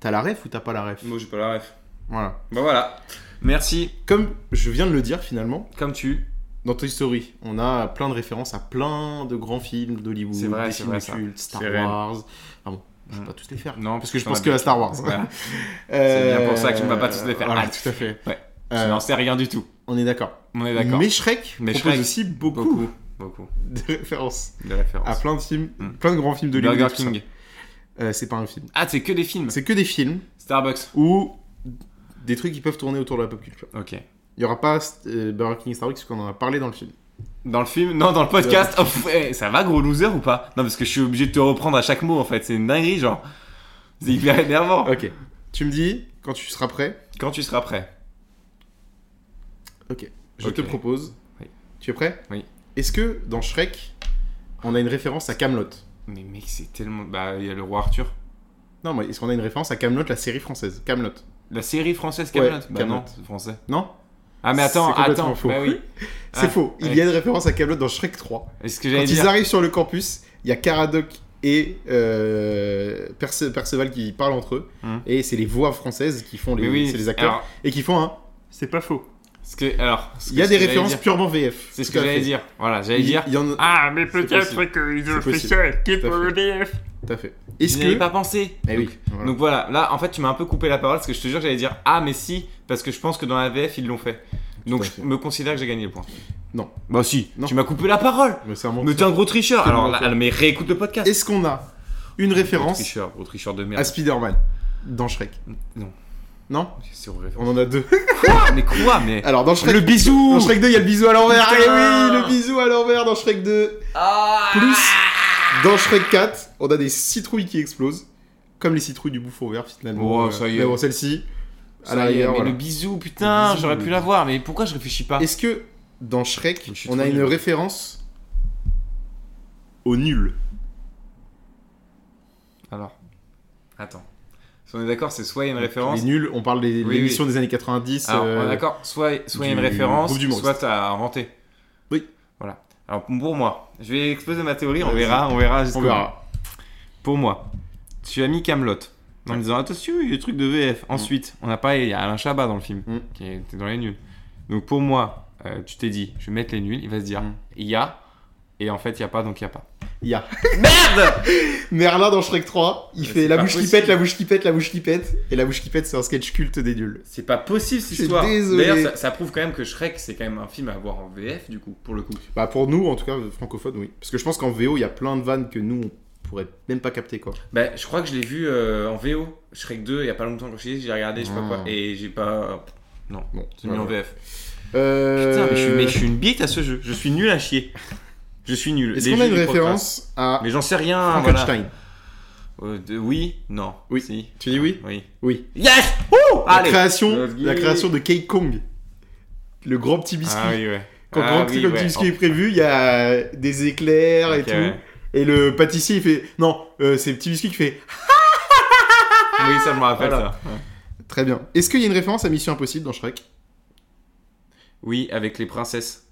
S4: T'as la ref ou t'as pas la ref
S3: Moi, j'ai pas la ref.
S4: Voilà.
S3: Bah voilà. Merci,
S4: Comme je viens de le dire finalement,
S3: comme tu.
S4: dans Toy Story, on a plein de références à plein de grands films d'Hollywood,
S3: C'est vrai,
S4: des
S3: c'est
S4: films
S3: vrai, ça.
S4: cultes, Star
S3: C'est réel.
S4: Wars. Ah bon, je
S3: Mm.
S4: vais pas tous les faire.
S3: Non,
S4: Parce que je
S3: t'en as
S4: pense que la Star Wars.
S3: Voilà. C'est bien pour ça que tu ne vas pas tous les faire.
S4: Voilà,
S3: Ah.
S4: tout à fait.
S3: Ouais.
S4: Euh,
S3: Tu n'en sais rien du tout.
S4: on est d'accord.
S3: On est d'accord.
S4: Mais Shrek
S3: Mais
S4: propose
S3: Shrek,
S4: aussi beaucoup,
S3: beaucoup, beaucoup
S4: de références
S3: de références.
S4: à plein de films,
S3: Mm.
S4: plein de grands films de
S3: Burger
S4: tout ça.
S3: King.
S4: Euh, c'est pas un film.
S3: Ah, c'est que des films.
S4: C'est que des films
S3: Starbucks.
S4: ou des trucs qui peuvent tourner autour de la pop culture.
S3: Ok.
S4: Il y aura pas euh, Burger King Starbucks parce qu'on en a parlé dans le film.
S3: Dans le film Non, dans le podcast. Oh, pff, eh, ça va, gros loser ou pas Non, parce que je suis obligé de te reprendre à chaque mot en fait. C'est une dinguerie, genre. C'est hyper énervant.
S4: Ok. Tu me dis quand tu seras prêt.
S3: Quand tu seras prêt.
S4: Je
S3: Ok.
S4: te propose.
S3: Oui.
S4: Tu es prêt
S3: Oui.
S4: Est-ce que dans Shrek, on a une référence à Camelot
S3: Mais mec, c'est tellement. Bah, il y a le roi Arthur.
S4: Non, mais est-ce qu'on a une référence à Camelot, la série française Camelot.
S3: La série française
S4: Ouais,
S3: Camelot. bah non,
S4: Kaamelott.
S3: c'est français.
S4: Non
S3: Ah mais attends,
S4: C'est complètement
S3: attends.
S4: faux.
S3: Bah oui.
S4: C'est
S3: Ah,
S4: faux. Il y a une référence à Camelot dans Shrek 3.
S3: Est-ce que
S4: Quand
S3: j'allais
S4: ils
S3: dire
S4: arrivent sur le campus, il y a Caradoc et euh, Perce- Perceval qui parlent entre eux.
S3: Hum.
S4: Et c'est les voix françaises qui font les,
S3: Mais oui,
S4: c'est les acteurs.
S3: alors,
S4: et qui font un. C'est pas faux.
S3: ce que, alors, ce
S4: Il y a
S3: que
S4: des
S3: j'allais
S4: références
S3: dire-
S4: purement VF.
S3: C'est ce
S4: Tout
S3: que
S4: à
S3: j'allais
S4: fait.
S3: dire. Voilà, j'allais dire.
S4: Il y en a.
S5: Ah, mais
S4: C'est
S5: peut-être
S4: possible.
S5: qu'ils ont
S4: C'est
S5: fait
S4: possible.
S5: ça, qu'ils
S4: Tout à fait.
S5: ont des
S4: Tout à fait.
S3: Je
S4: Est-ce
S3: n'y avais
S4: que.
S3: pas pensé.
S4: Eh oui. voilà.
S3: Donc voilà, là en fait tu m'as un peu coupé la parole parce que je te jure j'allais dire ah mais si parce que je pense que dans la VF ils l'ont fait. Donc
S4: à
S3: je
S4: fait.
S3: me considère que j'ai gagné le point.
S4: Non.
S3: Bah si.
S4: Non.
S3: Tu m'as coupé la parole.
S4: Mais c'est un
S3: Mais
S4: mensonge.
S3: t'es un gros tricheur.
S4: C'est
S3: Alors
S4: bon,
S3: là,
S4: quoi.
S3: mais réécoute le podcast.
S4: Est-ce qu'on a une
S3: Gros
S4: référence
S3: tricheur, gros tricheur de
S4: à
S3: merde.
S4: Spider-Man dans Shrek
S3: Non.
S4: Non
S3: C'est horrible.
S4: On en a deux.
S3: mais quoi mais
S4: Alors dans Shrek.
S3: le bisou.
S4: Dans Shrek 2, il y a le bisou à l'envers. Eh
S3: Putain.
S4: oui, le bisou à l'envers dans Shrek 2. Plus, dans Shrek 4, on a des citrouilles qui explosent. Comme les citrouilles du bouffon vert, finalement.
S3: Oh, ça y est.
S4: Mais bon, celle-ci, à
S3: Ça y est,
S4: l'arrière,
S3: Ah, mais
S4: voilà.
S3: le bisou putain,
S4: Le bisou,
S3: j'aurais
S4: le
S3: pu
S4: bisou.
S3: l'avoir mais pourquoi je réfléchis pas
S4: Est-ce que dans Shrek,
S3: Je suis
S4: on
S3: trop
S4: a une
S3: nul.
S4: référence au nul
S3: Alors, attends. Si on est d'accord, c'est soit il y a une référence.
S4: Les nuls, on parle des
S3: Oui,
S4: l'émission des années 90.
S3: Alors,
S4: euh,
S3: Ah, on est d'accord, soit soit il y a une
S4: du
S3: référence,
S4: groupe d'humoristes.
S3: soit t'as inventé.
S4: Oui.
S3: Voilà. Alors pour moi, je vais exposer ma théorie, on
S4: Vas-y.
S3: verra, on verra jusqu'au
S4: on verra.
S3: bout. Pour moi, tu as mis Camelot en disant attention, il y a des trucs de VF. Ensuite, on a parlé, il y a Alain Chabat dans le film
S4: Mm.
S3: qui était dans les nuls. Donc pour moi, euh, tu t'es dit, je vais mettre les nuls, il va se dire
S4: Mm.
S3: il y a et en fait, il y a pas donc il y a pas.
S4: Il y a
S3: Merde
S4: Merlin dans Shrek 3, il
S3: Mais
S4: fait
S3: c'est
S4: la
S3: pas
S4: bouche qui
S3: possible.
S4: pète, la bouche qui pète, la bouche qui pète. Et la bouche qui pète, c'est un sketch culte des nuls.
S3: C'est pas possible cette
S4: Je suis
S3: histoire.
S4: désolé.
S3: D'ailleurs, ça, ça prouve quand même que Shrek, c'est quand même un film à voir en VF du coup, pour le coup.
S4: Bah pour nous, en tout cas, francophones, oui. Parce que je pense qu'en VO, il y a plein de vannes que nous, on pourrait même pas capter, quoi.
S3: Bah, je crois que je l'ai vu euh, en VO, Shrek 2, il y a pas longtemps que je suis allé, j'ai regardé, je sais pas
S4: Ah.
S3: quoi, et j'ai pas. euh, Non,
S4: Bon,
S3: j'ai mis en VF.
S4: Euh,
S3: Putain, mais je, suis, mais je suis une bite à ce jeu, je suis nul à chier. Je suis nul.
S4: Est-ce
S3: Les
S4: qu'on a
S3: jeux
S4: une
S3: du podcast.
S4: référence à
S3: Mais j'en sais rien, Ah, voilà.
S4: Frankenstein
S3: Euh, de- oui, non.
S4: Oui.
S3: Si.
S4: Tu dis oui
S3: Oui.
S4: Oui.
S3: Yes Ouh
S4: La
S3: Allez
S4: création,
S3: Let's
S4: la
S3: go.
S4: création de King Kong. Le grand petit biscuit.
S3: Ah oui, ouais.
S4: Quand
S3: Ah
S4: le grand petit
S3: oui,
S4: Kong
S3: ouais.
S4: biscuit est prévu, il y a des éclairs et
S3: Ok,
S4: tout.
S3: ouais.
S4: Et le pâtissier, il fait... Non, euh, c'est le petit biscuit qui fait...
S3: Oui, ça me rappelle
S4: Voilà.
S3: ça. Ouais.
S4: Très bien. Est-ce qu'il y a une référence à Mission Impossible dans Shrek
S3: Oui, avec les princesses.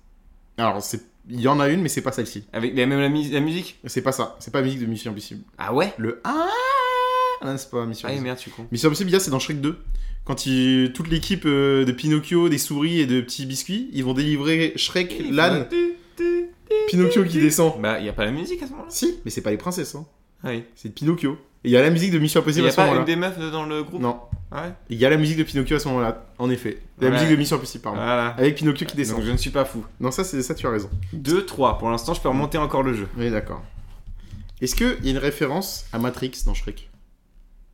S4: Alors, c'est Il y en a une, mais c'est pas celle-ci.
S3: Avec la même la, mu- la musique
S4: C'est pas ça. C'est pas la musique de Mission Impossible.
S3: Ah ouais
S4: Le ah, ah, c'est pas Mission
S3: Ah et
S4: Impossible.
S3: merde, tu con.
S4: Mission Impossible, il y a, c'est dans Shrek 2. Quand il- toute l'équipe euh, de Pinocchio, des souris et de petits biscuits, ils vont délivrer Shrek, l'âne, Pinocchio qui descend.
S3: Bah, y a pas la musique à ce moment-là
S4: Si, mais c'est pas les princesses, hein.
S3: Ah oui.
S4: c'est de Pinocchio. Et il y a la musique de Mission
S3: Y
S4: Impossible
S3: a
S4: à ce
S3: pas une
S4: moment-là.
S3: des meufs dans le groupe
S4: Non,
S3: Ah ouais
S4: il y a la musique de Pinocchio à ce moment-là, en effet. La
S3: Ouais.
S4: musique de Mission Impossible, pardon.
S3: Voilà.
S4: Avec Pinocchio qui descend.
S3: Donc je ne suis pas fou.
S4: Non, ça, c'est ça, tu as raison.
S3: 2, 3. Pour l'instant, je peux remonter encore le jeu.
S4: Oui, d'accord. Est-ce qu'il y a une référence à Matrix dans Shrek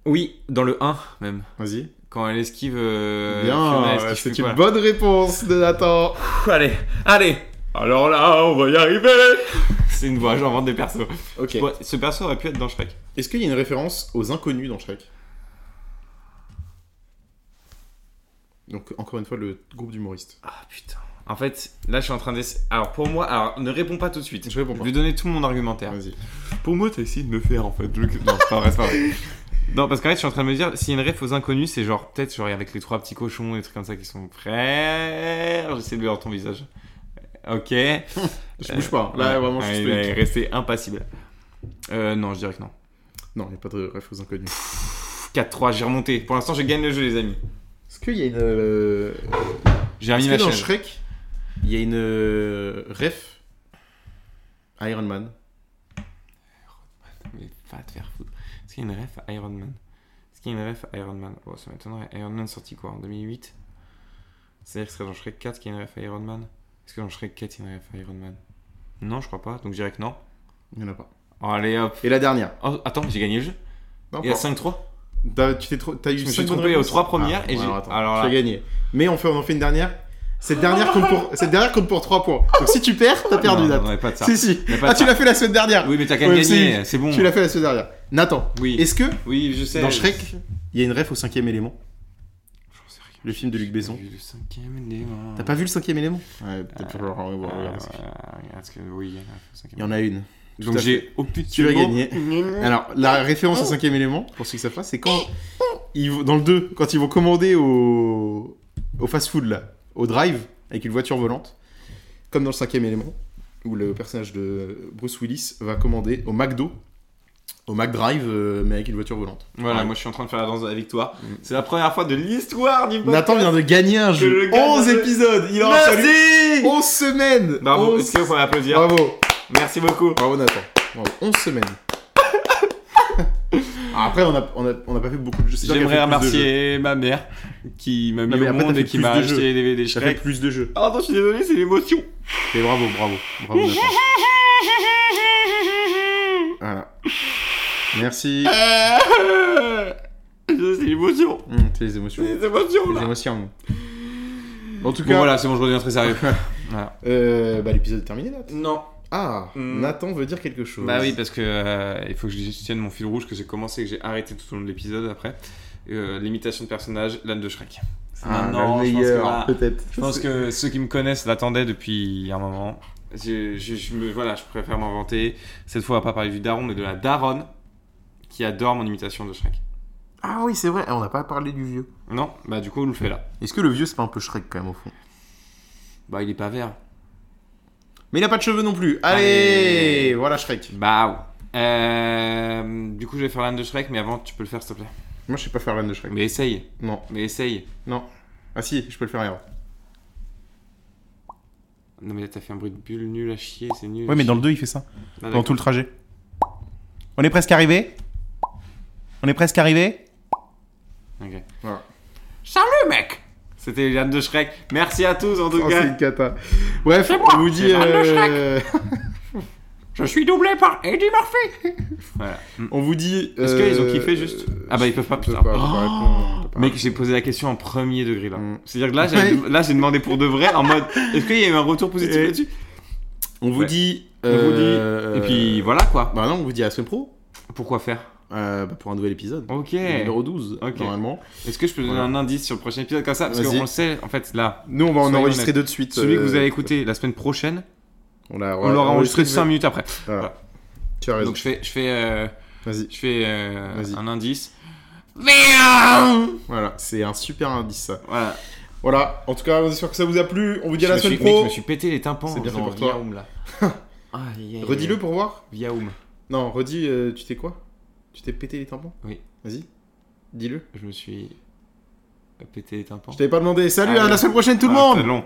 S3: Oui, dans le 1 même.
S4: Vas-y.
S3: Quand elle esquive. euh, Fiona, elle
S4: Bien,
S3: esquive
S4: c'est
S3: plus, voilà.
S4: une bonne réponse de Nathan.
S3: Pff, Allez, allez Alors là, on va y arriver C'est une voix, j'en vends des persos.
S4: Ok.
S3: Ouais, ce perso aurait pu être dans Shrek.
S4: Est-ce qu'il y a une référence aux inconnus dans Shrek Donc, encore une fois, le groupe d'humoristes.
S3: Ah putain. En fait, là, je suis en train d'essayer. Alors pour moi, alors ne réponds pas tout de suite.
S4: Je réponds pas.
S3: vais donner tout mon argumentaire.
S4: Vas-y.
S3: Pour moi, t'as essayé de me faire en fait. le- Non, c'est pas vrai, c'est pas vrai. Non, parce qu'en fait, je suis en train de me dire, s'il y a une ref aux inconnus, c'est genre, peut-être, genre, avec les trois petits cochons, des trucs comme ça qui sont frères. J'essaie de voir ton visage. Ok.
S4: Je bouge pas. hein. Là,
S3: Ouais.
S4: vraiment, je suis
S3: Ouais, Il est
S4: stoïque.
S3: resté impassible. Euh, non, je dirais que non.
S4: Non, il n'y a pas de référence aux inconnus.
S3: 4-3, j'ai remonté. Pour l'instant, je gagne le jeu, les amis.
S4: Est-ce qu'il y a une. euh,
S3: J'ai
S4: Est-ce
S3: remis
S4: que
S3: ma
S4: dans
S3: chaîne.
S4: Shrek, il y a une euh, ref à Iron Man
S3: Mais va te faire foutre. Est-ce qu'il y a une ref à Iron Man Est-ce qu'il y a une ref à Iron Man Oh, ça m'étonnerait. Iron Man sorti quoi En 2008 C'est-à-dire que ce serait dans Shrek 4 qu'il y a une ref à Iron Man Est-ce que dans Shrek 4 il y a une ref à Iron Man Non, je crois pas, donc je dirais que non.
S4: Il n'y en a pas.
S3: Oh, allez hop.
S4: Et la dernière
S3: Oh, attends, j'ai gagné le jeu.
S4: Non,
S3: Il y a
S4: pas.
S3: 5-3
S4: T'as- Tu t'es trop... t'as eu
S3: Je me
S4: cinq
S3: suis
S4: bonnes
S3: trompé aux
S4: réponses.
S3: trois premières
S4: Ah,
S3: et
S4: bon,
S3: j'ai-
S4: alors attends,
S3: alors
S4: tu as
S3: là-
S4: gagné. Mais on fait, on en fait une dernière. Cette dernière compte pour, cette dernière compte pour 3 points. Donc si tu perds, t'as perdu,
S3: Non,
S4: Nathan.
S3: non, ouais, pas de ça.
S4: Si, si.
S3: Y a pas de
S4: Ah, tu
S3: ça.
S4: l'as fait la semaine dernière.
S3: Oui, mais t'as
S4: Ouais,
S3: gagné,
S4: si.
S3: c'est bon.
S4: Tu l'as fait la semaine dernière. Nathan,
S3: Oui.
S4: est-ce que
S3: Oui, je sais.
S4: dans Shrek, il y a une ref au cinquième élément
S3: J'en sais rien.
S4: Le film de Luc Besson.
S3: J'ai vu Le cinquième élément.
S4: T'as pas vu le cinquième élément Ouais,
S3: Ah,
S4: peut-être
S3: Ah, ouais,
S4: voir.
S3: regarde ce que- oui, il y a une ref au cinquième
S4: Il y en a une. Tout
S3: Donc
S4: à
S3: j'ai au plus
S4: Tu as gagné. Alors, la référence au cinquième élément, pour ceux qui savent pas, c'est quand, ils vont, dans le 2, quand ils vont commander au, au fast-food, là, au drive, avec une voiture volante, comme dans le cinquième élément, où le personnage de Bruce Willis va commander au McDo, au McDrive, euh, mais avec une voiture volante.
S3: Voilà,
S4: Ouais. Mm.
S3: moi je suis en train de faire la danse de la victoire. C'est la première fois de l'histoire du podcast.
S4: Nathan vient de gagner un
S3: Que
S4: jeu.
S3: le gagne
S4: 11
S3: un jeu.
S4: épisodes Il aura fallu
S3: Merci
S4: 11 semaines
S3: Bravo,
S4: 11
S3: est-ce qu'on peut applaudir
S4: Bravo
S3: Merci beaucoup.
S4: Bravo Nathan. Bravo. 11 semaines. Ah, Après, on n'a on a, on a pas fait beaucoup de jeux. C'est sûr qu'il y a
S3: J'aimerais
S4: fait plus de jeux.
S3: remercier ma mère qui m'a mis
S4: Non, mais
S3: au
S4: après,
S3: monde
S4: t'as
S3: et
S4: fait
S3: qui
S4: plus
S3: m'a
S4: de
S3: acheté
S4: jeux.
S3: les DVD
S4: Ça fait Ah,
S3: Shrek.
S4: plus de jeux.
S3: Oh non, je suis désolé, c'est l'émotion.
S4: Et bravo, bravo. Bravo, Nathan. Voilà. Merci.
S3: Euh, C'est l'émotion.
S4: Hum, c'est les émotions.
S3: C'est les émotions
S4: Les
S3: là.
S4: émotions. En tout
S3: Bon
S4: cas,
S3: voilà, c'est bon, je reviens très sérieux.
S4: euh, bah, l'épisode est terminé, Nathan.
S3: Non.
S4: Ah,
S3: Hmm.
S4: Nathan veut dire quelque chose.
S3: Bah oui, parce que euh, il faut que je tienne mon fil rouge que j'ai commencé et que j'ai arrêté tout au long de l'épisode après. Euh, L'imitation de personnage, l'âne de Shrek. C'est
S4: Ah,
S3: maintenant,
S4: la
S3: je pense que
S4: meilleure,
S3: là-
S4: peut-être.
S3: Je pense que ceux qui me connaissent l'attendaient depuis un moment. Je, je- je me, voilà, je préfère m'inventer. Cette fois, on va pas parler du daron, mais de la daronne qui adore mon imitation de Shrek.
S4: Ah oui, c'est vrai. On n'a pas parlé du vieux.
S3: Non Bah, du coup, on le fait là.
S4: Est-ce que le vieux, c'est pas un peu Shrek quand même, au fond
S3: Bah, il est pas vert.
S4: Mais il n'a pas de cheveux non plus. Allez,
S3: Allez.
S4: voilà Shrek.
S3: Bah, ouais. Euh, du coup, je vais faire l'âne de Shrek, mais avant, tu peux le faire, s'il te plaît.
S4: Moi, je sais pas faire l'âne de Shrek.
S3: Mais essaye,
S4: Non,
S3: mais essaye.
S4: non. Ah si, je peux le faire ailleurs.
S3: Non, mais là, t'as fait un bruit de bulle nul à chier, c'est nul.
S5: Ouais, mais dans le 2, il fait ça,
S3: Ah,
S5: dans tout le trajet. On est presque arrivé On est presque arrivé
S3: d'accord. Ok.
S4: Voilà.
S3: Salut, mec C'était l'âne de Shrek. Merci à tous, en tout
S4: Oh, c'est
S3: cas.
S4: une cata. Bref,
S3: C'est moi,
S4: on vous
S3: c'est
S4: dit...
S3: l'âne de
S4: euh,
S3: Je suis doublé par Eddie Murphy. voilà.
S4: on vous dit...
S3: Est-ce
S4: euh,
S3: qu'ils ont kiffé, juste
S4: euh,
S3: Ah bah, ils peuvent pas, putain.
S4: on peut on peut répondre, on peut pas
S3: Mec, j'ai posé la question en premier degré là.
S4: Mm.
S3: C'est-à-dire que là, j'ai,
S4: Ouais.
S3: là, j'ai demandé pour de vrai en mode est-ce qu'il y a eu un retour positif
S4: Et-
S3: là-dessus
S4: On vous
S3: Ouais.
S4: dit.
S3: On vous dit-
S4: euh,
S3: Et puis voilà quoi.
S4: Bah non, on vous dit à la semaine pro
S3: Pourquoi faire
S4: euh, bah, pour un nouvel épisode.
S3: Ok.
S4: Le Numéro 12,
S3: Ok.
S4: normalement.
S3: Est-ce que je peux donner
S4: Voilà.
S3: un indice sur le prochain épisode comme ça Parce
S4: Vas-y.
S3: qu'on le sait en fait là.
S4: Nous, on va en
S3: Soyons
S4: enregistrer
S3: honnêtes.
S4: deux de suite.
S3: Celui que
S4: euh,
S3: vous allez écouter la semaine prochaine,
S4: On l'a
S3: on l'aura enregistré 5
S4: cinq
S3: minutes après.
S4: Voilà. Tu as raison.
S3: Donc je fais, je fais, euh,
S4: Vas-y.
S3: je fais euh,
S4: Ah, Vas-y.
S3: un indice.
S4: Voilà, c'est un super indice ça.
S3: Voilà.
S4: Voilà, en tout cas, on est sûr que ça vous a plu. On vous dit à
S3: Je
S4: la
S3: me
S4: semaine
S3: suis- mec,
S4: pro.
S3: je me suis pété les tympans
S4: C'est
S3: en
S4: bien fait
S3: faisant
S4: pour toi.
S3: Viaoum, là. Aïe, aïe, aïe.
S4: Redis-le pour voir.
S3: Viaoum.
S4: Non, redis, euh, tu t'es quoi Tu t'es pété les tampons
S3: Oui.
S4: Vas-y, dis-le.
S3: Je me suis pété les tympans.
S4: Je t'avais pas demandé. Salut,
S3: Ah
S4: à
S3: oui.
S4: la semaine prochaine tout le
S3: Ah,
S4: monde
S3: c'est long.